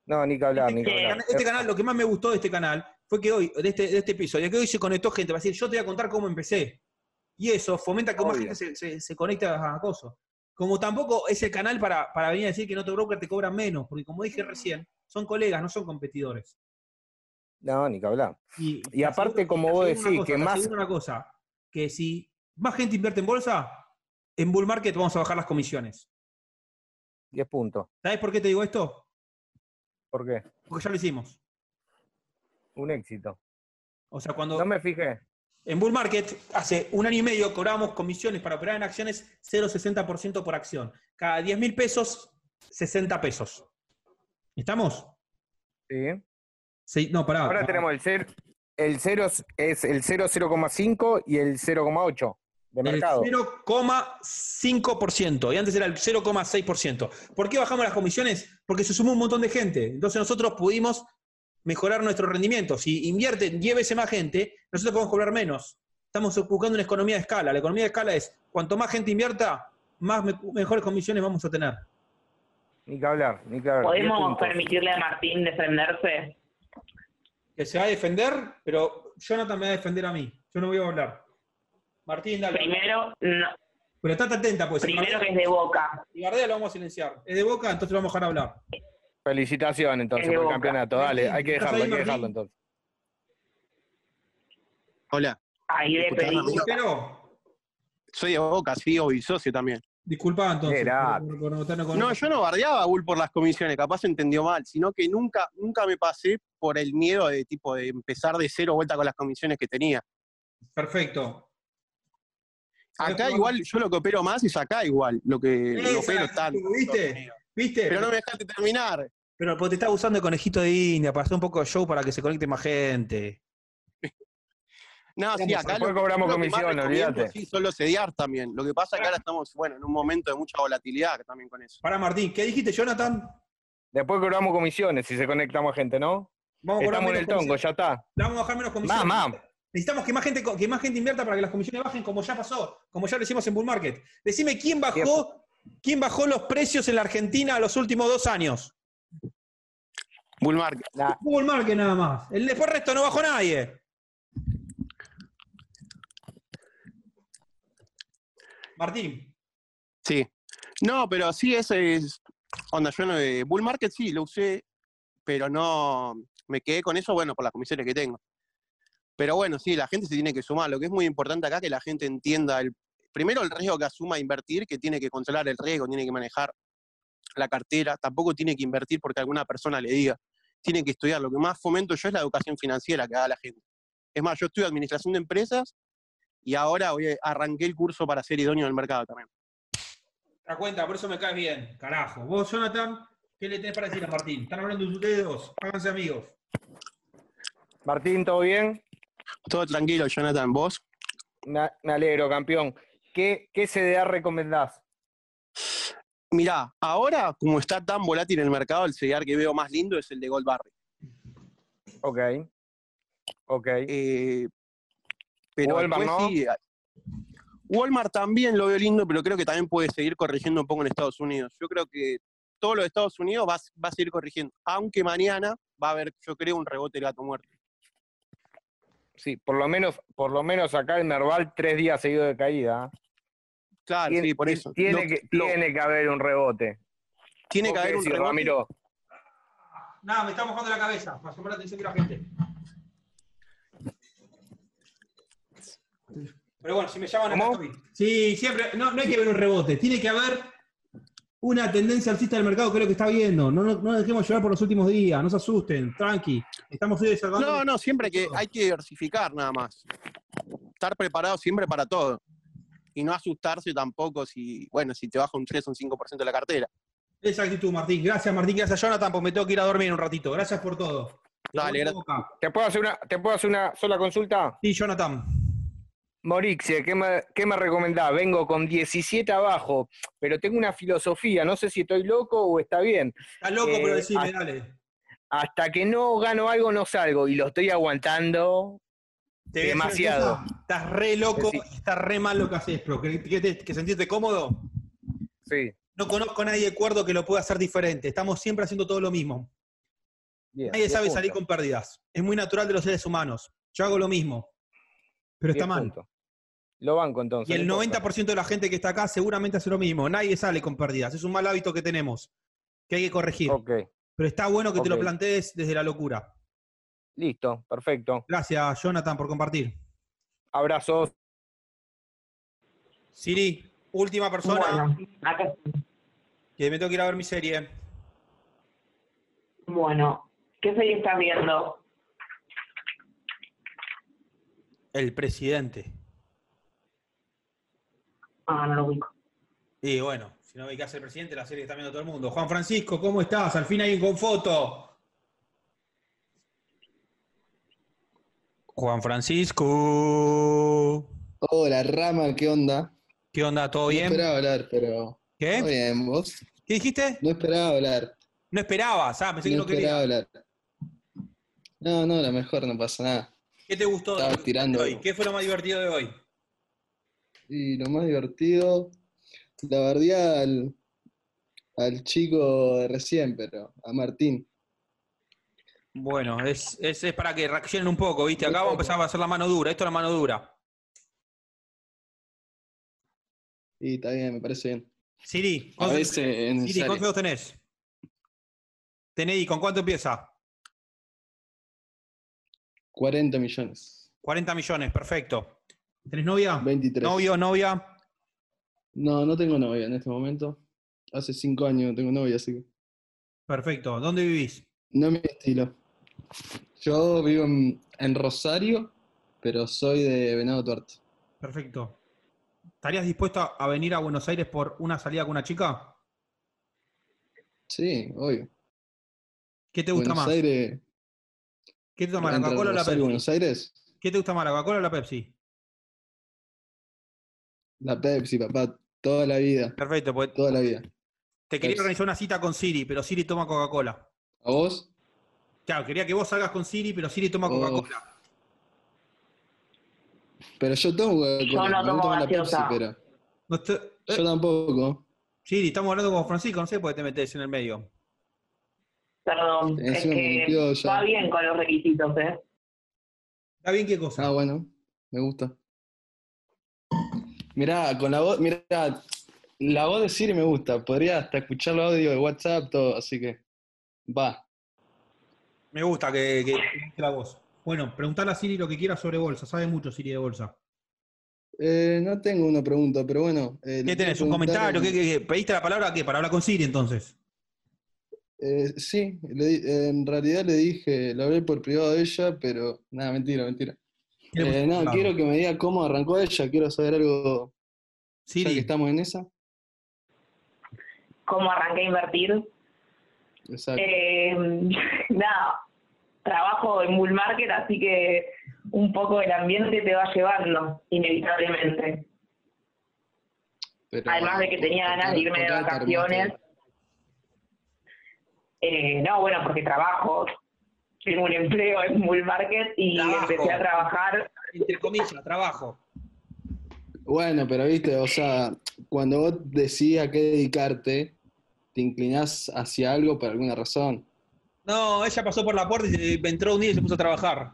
L: No, ni que hablar, ni que
A: Este
L: hablar.
A: canal- Este canal, lo que más me gustó de este canal fue que hoy, de este, de este episodio, que hoy se conectó gente para decir, yo te voy a contar cómo empecé. Y eso fomenta que más gente
L: Obvio.
A: se, se- se conecta a cosas. Como tampoco es el canal para, para venir a decir que en otro broker te cobran menos, porque como dije recién, son colegas, no son competidores.
L: No, ni que hablar.
A: Y,
L: Y aparte, como vos
A: Te aseguro una cosa,
L: decís, que
A: te
L: más.
A: aseguro una cosa, que si más gente invierte en bolsa, en bull market vamos a bajar las comisiones.
L: 10 puntos.
A: ¿Sabes por qué te digo esto?
L: ¿Por qué?
A: Porque ya lo hicimos.
L: Un éxito.
A: O sea, cuando
L: No me fijé.
A: En Bull Market, hace un año y medio cobramos comisiones para operar en acciones 0,60% por acción. Cada 10 mil pesos, 60 pesos. ¿Estamos?
L: Sí.
A: Sí, no, pará.
L: Ahora
A: pará.
L: tenemos el 0, el 0 es el 0,05 y el 0,8 de
A: el
L: mercado.
A: 0,5% y antes era el 0,6%. ¿Por qué bajamos las comisiones? Porque se sumó un montón de gente. Entonces nosotros pudimos mejorar nuestro rendimiento. Si invierte 10 veces más gente, nosotros podemos cobrar menos. Estamos buscando una economía de escala. La economía de escala es, cuanto más gente invierta, más me- mejores comisiones vamos a tener.
L: Ni que hablar, ni que hablar. Diez
B: ¿Podemos
L: puntos.
B: permitirle a Martín defenderse?
A: que se va a defender, pero Jonathan me va a defender a mí. Yo no voy a hablar. Martín, dale.
B: Primero, no,
A: Pero estate atenta, pues.
B: primero que es de boca.
A: Y Gardea lo vamos a silenciar. Es de boca, entonces lo vamos a dejar hablar.
L: Felicitaciones entonces
B: Es de
L: por el
B: Boca.
L: campeonato. Dale, hay que
A: ¿Estás
L: dejarlo,
A: ahí,
L: hay que
A: Martín?
L: dejarlo entonces.
K: Hola,
B: Ahí de
K: Escuchá,
B: pedir.
K: amigo.
A: Pero,
K: soy de Boca, sí, o socio también.
A: disculpa entonces.
L: Era.
A: por- por votar con-
K: No, yo no bardeaba a Bull por las comisiones, capaz entendió mal, sino que nunca, nunca me pasé por el miedo de tipo de empezar de cero vuelta con las comisiones que tenía.
A: Perfecto.
K: Acá igual, yo lo que opero más es acá igual, lo que lo
A: Esa,
K: opero tanto.
A: ¿Viste? ¿Viste?
K: Pero no me dejaste terminar.
A: Pero porque te está usando el conejito de India para hacer un poco de show para que se conecte más gente.
K: No, sí, acá
L: después
K: que-
L: cobramos
K: lo que más
L: comisión,
K: recomiendo,
L: olvídate.
K: Sí, son los CDR también. Lo que pasa es que ahora estamos, bueno, en un momento de mucha volatilidad también con eso.
A: Para Martín, ¿qué dijiste, Jonathan?
L: Después cobramos comisiones si se conectamos gente, ¿no?
A: Vamos a cobrar
L: Estamos en
A: menos
L: el tongo,
A: comisiones.
L: ya está.
A: Vamos a bajar menos comisiones.
L: Más, más.
A: Necesitamos que más, gente, co- que más gente invierta para que las comisiones bajen, como ya pasó, como ya lo hicimos en Bull Market. Decime quién bajó,
L: Tiempo.
A: quién bajó los precios en la Argentina los últimos dos años.
K: Bull market.
L: Nah,
A: Bull Market nada más. El después resto no bajó nadie. Martín,
K: Sí. No, pero sí, ese es. Onda, yo no. eh, Bull market sí, lo usé, pero no. Me quedé con eso, bueno, por las comisiones que tengo. Pero bueno, sí, la gente se tiene que sumar. Lo que es muy importante acá es que la gente entienda el, primero el riesgo que asuma invertir, que tiene que controlar el riesgo, tiene que manejar la cartera, tampoco tiene que invertir porque alguna persona le diga, tiene que estudiar. Lo que más fomento yo es la educación financiera que da la gente. Es más, yo estudio administración de empresas y ahora hoy arranqué el curso para ser idóneo del mercado también.
A: te das cuenta, por eso me caes bien. Carajo. Vos, Jonathan, ¿qué le tenés para decir a Martín? Están hablando ustedes dos. Háganse amigos.
L: Martín, ¿todo bien?
K: Todo tranquilo, Jonathan, vos.
L: Me me alegro, campeón. ¿Qué, qué CDA recomendás?
K: Mirá, ahora como está tan volátil el mercado, el CDR que veo más lindo es el de Gold Barry.
L: Ok. Ok.
K: Eh, pero
L: Walmart,
K: después
L: ¿no?
K: sí, a- Walmart también lo veo lindo, pero creo que también puede seguir corrigiendo un poco en Estados Unidos. Yo creo que todo lo de Estados Unidos va, a s- va a seguir corrigiendo, aunque mañana va a haber, yo creo, un rebote del gato muerto.
L: Sí, por lo menos, por lo menos acá el Merval tres días seguidos de caída. ¿eh?
K: Claro,
L: Tien-
K: sí, por
L: tien-
K: eso.
L: Tiene,
K: Lo-
L: que,
K: lo-
L: tiene que haber un rebote.
K: tiene
L: ¿Vos
K: que
L: qué
K: haber un
L: decís,
K: rebote.
L: Ramiro?
A: Nada, me está mojando la cabeza para llamar la atención de la gente. Pero bueno, si me llaman acá estoy. Sí, siempre, no, no hay que ver un rebote. Tiene que haber una tendencia alcista del mercado, creo que está viendo. No, no, no nos dejemos llevar por los últimos días, no se asusten, tranqui. Estamos hoy salvando.
K: No, no, siempre que hay que diversificar nada más. Estar preparado siempre para todo. Y no asustarse tampoco si, bueno, si te baja un 3 o un 5% de la cartera.
A: Esa actitud, Martín. Gracias, Martín. Gracias, Jonathan, pues me tengo que ir a dormir un ratito. Gracias por todo.
L: Dale, ¿Te puedo, hacer una, ¿Te puedo hacer una sola consulta?
A: Sí, Jonathan.
L: Morixie, ¿qué me, ¿qué me recomendás? Vengo con 17 abajo, pero tengo una filosofía, no sé si estoy loco o está bien.
A: Está loco,
L: Eh,
A: pero decime,
L: hasta-
A: dale.
L: Hasta que no gano algo, no salgo, y lo estoy aguantando
A: Te voy a decir una
L: demasiado.
A: cosa, Estás re loco, y estás re mal lo que haces, pero que, que, te- que sentirte cómodo.
L: Sí.
A: No conozco a nadie de cuerdo que lo pueda hacer diferente. Estamos siempre haciendo todo lo mismo. nadie sabe salir con pérdidas. Es muy natural de los seres humanos. Yo hago lo mismo, pero está
L: Diez
A: mal.
L: puntos. Lo banco entonces.
A: Y el
L: no importa.
A: 90% de la gente que está acá seguramente hace lo mismo. Nadie sale con pérdidas. Es un mal hábito que tenemos, que hay que corregir. Pero está bueno que te lo
L: Ok.
A: plantees desde la locura.
L: Listo, perfecto.
A: Gracias, Jonathan, por compartir.
L: Abrazos.
A: Siri, última persona.
B: Acá
A: Que me tengo que ir a ver mi serie.
B: Bueno, ¿qué serie estás viendo?
A: El presidente.
B: Ah, no lo ubico.
A: Y bueno, si no ve qué hace el presidente, la serie que está viendo todo el mundo. Juan Francisco, ¿cómo estás? Al fin alguien con foto. Juan Francisco.
M: Hola, Rama, ¿qué onda?
A: ¿Qué onda? ¿Todo bien?
M: No esperaba hablar, pero.
A: ¿Qué?
M: Muy bien, ¿vos?
A: ¿Qué dijiste?
M: No esperaba hablar.
A: No esperabas, ah, pensé que
M: no
A: no querías.
M: esperaba hablar. No, no, la mejor, no pasa nada.
A: ¿Qué te gustó de
M: Estaba
A: de
M: tirando.
A: hoy? ¿Qué fue lo más divertido de hoy?
M: Y lo más divertido, la bardeada al, al chico de recién, pero a Martín.
A: Bueno, es, es, es para que reaccionen un poco, ¿viste? Acá vamos a empezar a hacer la mano dura, esto es la mano dura.
M: Y está bien, me parece bien.
A: Siri,
M: A
A: ¿cuánto-
M: veces es
A: Siri,
M: necesario.
A: ¿cuántos dedos tenés? Tenés, ¿con cuánto empieza?
M: 40 millones.
A: 40 millones, perfecto. ¿Tenés novia?
M: 23.
A: ¿Novio, novia?
M: No, no tengo novia en este momento. Hace 5 años no tengo novia, así que.
A: Perfecto. ¿Dónde vivís?
M: No es mi estilo. Yo vivo en, en Rosario, pero soy de Venado Tuerto.
A: Perfecto. ¿Estarías dispuesto a venir a Buenos Aires por una salida con una chica?
M: Sí, obvio.
A: ¿Qué te gusta
M: Buenos
A: más?
M: Aires,
A: ¿Qué te gusta más, la
M: entre
A: Coca-Cola o la
M: Rosario y
A: Pepsi?
M: Buenos Aires,
A: ¿Qué te gusta más, la Coca-Cola o la Pepsi?
M: la Pepsi, papá, toda la vida.
A: Perfecto, pues.
M: Toda la vida.
A: Te quería
M: Pepsi.
A: organizar una cita con Siri, pero Siri toma Coca-Cola.
M: ¿A vos?
A: Claro, quería que vos salgas con Siri, pero Siri toma
M: Oh.
A: Coca-Cola.
M: Pero yo tomo Coca-Cola,
A: Yo no
M: me
A: tomo
M: gusta más la Pepsi,
A: gaseosa.
M: pero
A: No te-
M: yo tampoco.
A: Siri, estamos hablando con Francisco, no sé por qué te metes en el medio.
B: Perdón, es
M: Encima me mintió
B: que
M: ya.
B: va bien con los requisitos, ¿eh?
A: ¿Está bien qué cosa?
M: Ah, bueno, me gusta. Mirá, con la voz, mirá, la voz de Siri me gusta. Podría hasta escuchar los audios de WhatsApp, todo, así que va.
A: Me gusta que, que que mezcle la voz. Bueno, preguntale a Siri lo que quiera sobre bolsa. Sabe mucho Siri de bolsa.
M: Eh, no tengo una pregunta, pero bueno. eh, le
A: ¿Qué tenés? ¿Un
M: quiero preguntar-
A: comentario? ¿Qué, qué- qué? pediste la palabra qué? Para hablar con Siri entonces.
M: Eh, sí, le di- eh, en realidad le dije, la hablé por privado de ella, pero nada, mentira, mentira.
A: ¿Qué le
M: Eh,
A: pusiste
M: no,
A: al lado?
M: quiero que me diga cómo arrancó ella, quiero saber algo. Ya que estamos en esa.
B: ¿Cómo arranqué a invertir?
M: Exacto.
B: Eh, nada, trabajo en bull market, así que un poco el ambiente te va llevando, inevitablemente.
M: Pero,
B: Además de que
M: bueno,
B: tenía
M: con-
B: ganas
M: con
B: de irme de
M: tal- con tal te
B: vacaciones. Eh, no, bueno, porque trabajo, tengo un empleo en bull market y empecé a trabajar.
A: Entre comillas, trabajo.
M: Bueno, pero viste, o sea, cuando vos decís a qué dedicarte, te inclinás hacia algo por alguna razón.
A: No, ella pasó por la puerta y se- entró un día y se puso a trabajar.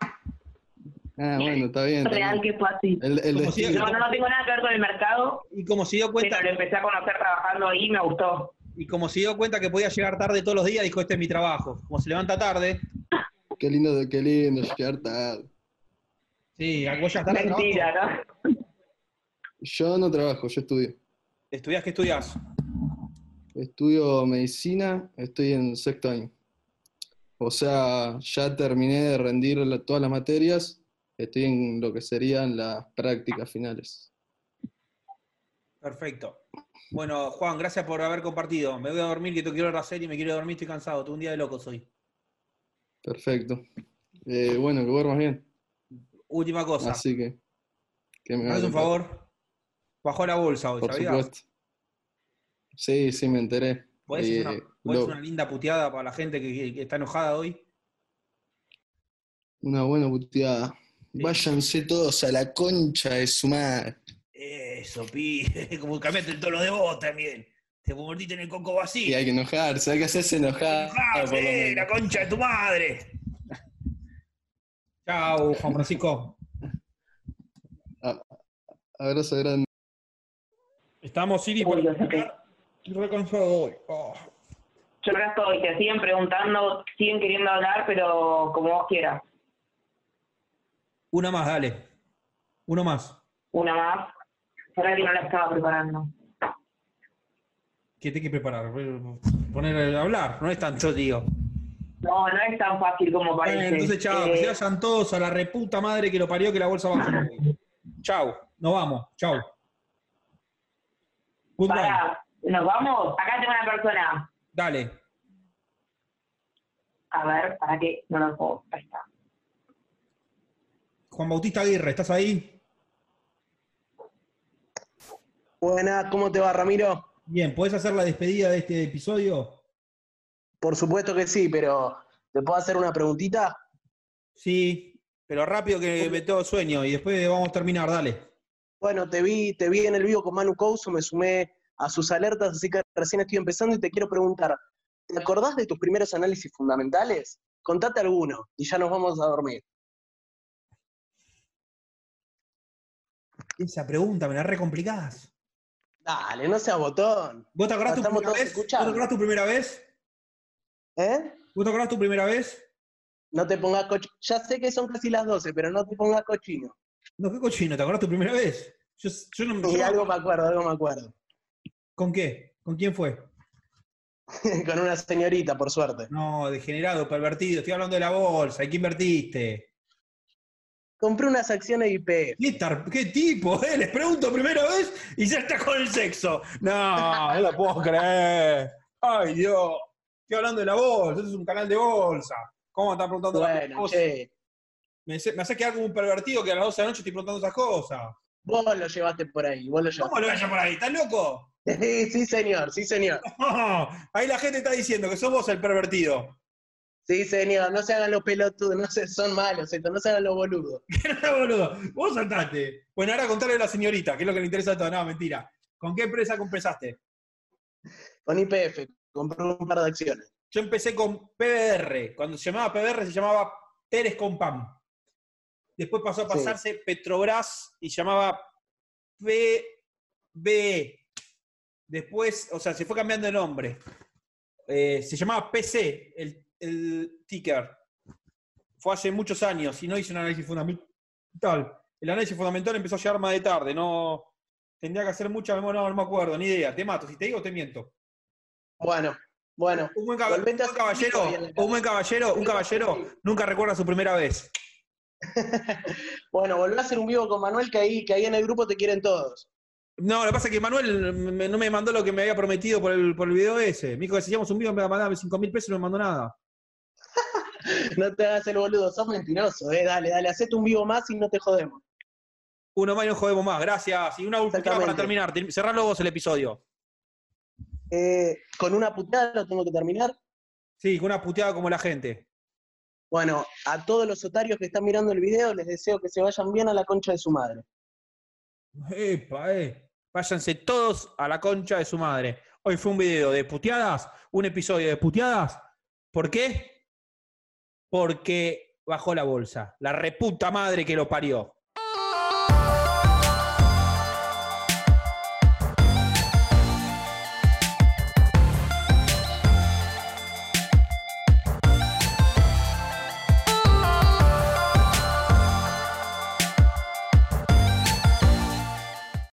M: Ah, bueno, está bien. está
B: Real
M: bien.
B: que fue así.
M: El, el
A: Como si-
M: destino.
B: No, no, no tengo nada que ver con el mercado.
A: Y como se dio
B: cuenta. Pero lo empecé a conocer trabajando ahí y me gustó.
A: y como se dio cuenta que podía llegar tarde todos los días, dijo, este es mi trabajo. Como se levanta tarde,
M: Qué lindo, qué lindo llegar tarde.
A: sí, vos ya estás
B: Mentira, ¿no?
M: Yo no trabajo, yo estudio.
A: ¿Estudiás qué estudiás?
M: Estudio medicina, estoy en sexto año. O sea, ya terminé de rendir la- todas las materias, estoy en lo que serían las prácticas finales.
A: Perfecto. Bueno, Juan, gracias por haber compartido. Me voy a dormir, que te quiero ver la serie, me quiero dormir, estoy cansado. Tuve un día de loco soy.
M: Perfecto. Eh, bueno, que duermas bien.
A: Última cosa.
M: Así que. que Ah, me
A: ¿Me haces un
M: hagan-
A: favor? Bajó la bolsa hoy,
M: Por
A: ¿sabías?
M: supuesto. Sí, sí, me enteré.
A: ¿Podés hacer
M: Eh,
A: una, podés
M: lo-
A: hacer una linda puteada para la gente que, que está enojada hoy?
M: una buena puteada. Váyanse todos a la concha de su madre.
A: Eso, pi. Como cambiaste el tono de voz también. Te convertiste en el coco
M: Y
A: vacío.
M: hay que enojarse, hay que hacerse enojar.
A: Ah,
M: por lo
A: sí,
M: menos.
A: la concha de tu madre. Chao, Juan Francisco.
M: A- Ah, Abrazo grande.
A: Estamos, Siri, por Estoy re cansado hoy. Oh.
B: Yo acá estoy, te siguen preguntando, siguen queriendo hablar, pero como vos quieras.
A: Una más, dale. Uno más.
B: Una más. Para que no la estaba preparando.
A: ¿Qué te hay que preparar? Poner a hablar, no es tanto, tío.
B: No, no es tan fácil como parece. Eh,
A: Bueno, Eh, entonces, chao, que se vayan todos a la reputa madre que lo parió que la bolsa bajó. chao, nos vamos, chao. Good
B: Pará, ¿nos vamos? Acá tengo una persona.
A: Dale.
B: A ver, para que no lo puedo. Ahí está.
A: Juan Bautista Aguirre, ¿estás ahí?
K: Buenas, ¿cómo te va, Ramiro?
A: Bien, ¿podés hacer la despedida de este episodio?
K: Por supuesto que sí, pero ¿te puedo hacer una preguntita?
A: Sí, pero rápido que me tengo sueño y después vamos a terminar, dale.
K: Bueno, te vi, te vi en el vivo con Manu Couso, me sumé a sus alertas, así que recién estoy empezando y te quiero preguntar, ¿te acordás de tus primeros análisis fundamentales? Contate alguno y ya nos vamos a dormir.
A: Esa pregunta me la recomplicás.
K: Dale, no seas botón.
A: ¿Vos te acordás tu
K: Estamos
A: primera
K: todos
A: vez? ¿Vos te acordás tu primera vez?
K: ¿Eh?
A: ¿Vos te acordás tu primera vez?
K: No te pongas cochino. Ya sé que son casi las 12, pero no te pongas cochino.
A: No, qué cochino, ¿te acordás tu primera vez? Yo, yo no
K: Y
A: yo-
K: algo me acuerdo, algo me acuerdo.
A: ¿Con qué? ¿Con quién fue?
K: Con una señorita, por suerte.
A: No, degenerado, pervertido, estoy hablando de la bolsa, ¿en qué invertiste?
K: Compré unas acciones IP.
A: ¿Qué, tar- qué tipo? eh? Les pregunto primera vez y ya está con el sexo. No, no lo puedo creer. Ay, Dios. Estoy hablando de la bolsa, esto es un canal de bolsa. ¿Cómo me están preguntando las
K: Bueno,
A: cosas?
K: che,
A: Me, hace- me hace quedar como un pervertido que a las 12 de la noche estoy preguntando esas cosas.
K: vos lo llevaste por ahí, vos lo llevaste.
A: ¿Cómo lo vaya por ahí? ¿Estás loco?
K: Sí, sí, señor, sí, señor.
A: No, ahí la gente está diciendo que sos vos el pervertido.
K: Sí, señor, no se hagan los pelotudos, no se, son malos estos, no se hagan los boludos.
A: Boludo, vos saltaste. Bueno, ahora contale a la señorita, que es lo que le interesa a todos. No, mentira. ¿Con qué empresa compensaste?
K: Con IPF, compré un par de acciones.
A: Yo empecé con PBR. Cuando se llamaba PBR se llamaba Pérez con Pam. Después pasó a pasarse Petrobras y llamaba PB. Después, o sea, se fue cambiando de nombre. Eh, se llamaba PC, el, el ticker. Fue hace muchos años y no hice un análisis fundamental. El análisis fundamental empezó a llegar más de tarde. No tendría que hacer mucha memoria, no, no me acuerdo, ni idea. Te mato, si te digo, te miento.
K: Bueno, bueno.
A: Un buen, caba- un buen caballero, un buen caballero, un caballero nunca recuerda su primera vez.
K: Bueno, volví a hacer un vivo con Manuel, que ahí, que ahí en el grupo te quieren todos.
A: No, lo que pasa es que Manuel me- no me mandó lo que me había prometido por el, por el video ese. Me dijo que si hacíamos un video me iba a mandar 5 mil pesos y no me mandó nada.
K: No te hagas el boludo, sos mentiroso, eh, dale, dale, hacete un vivo más y no te jodemos.
A: Uno más y no jodemos más, gracias. Y una última para terminar. Ter- Cerralo vos el episodio.
K: Eh, con una puteada lo tengo que terminar.
A: Sí, con una puteada como la gente.
K: Bueno, a todos los otarios que están mirando el video, les deseo que se vayan bien a la concha de su madre.
A: Epa, eh. Váyanse todos a la concha de su madre. Hoy fue un video de puteadas, un episodio de puteadas. ¿Por qué? Porque bajó la bolsa. La reputa madre que lo parió.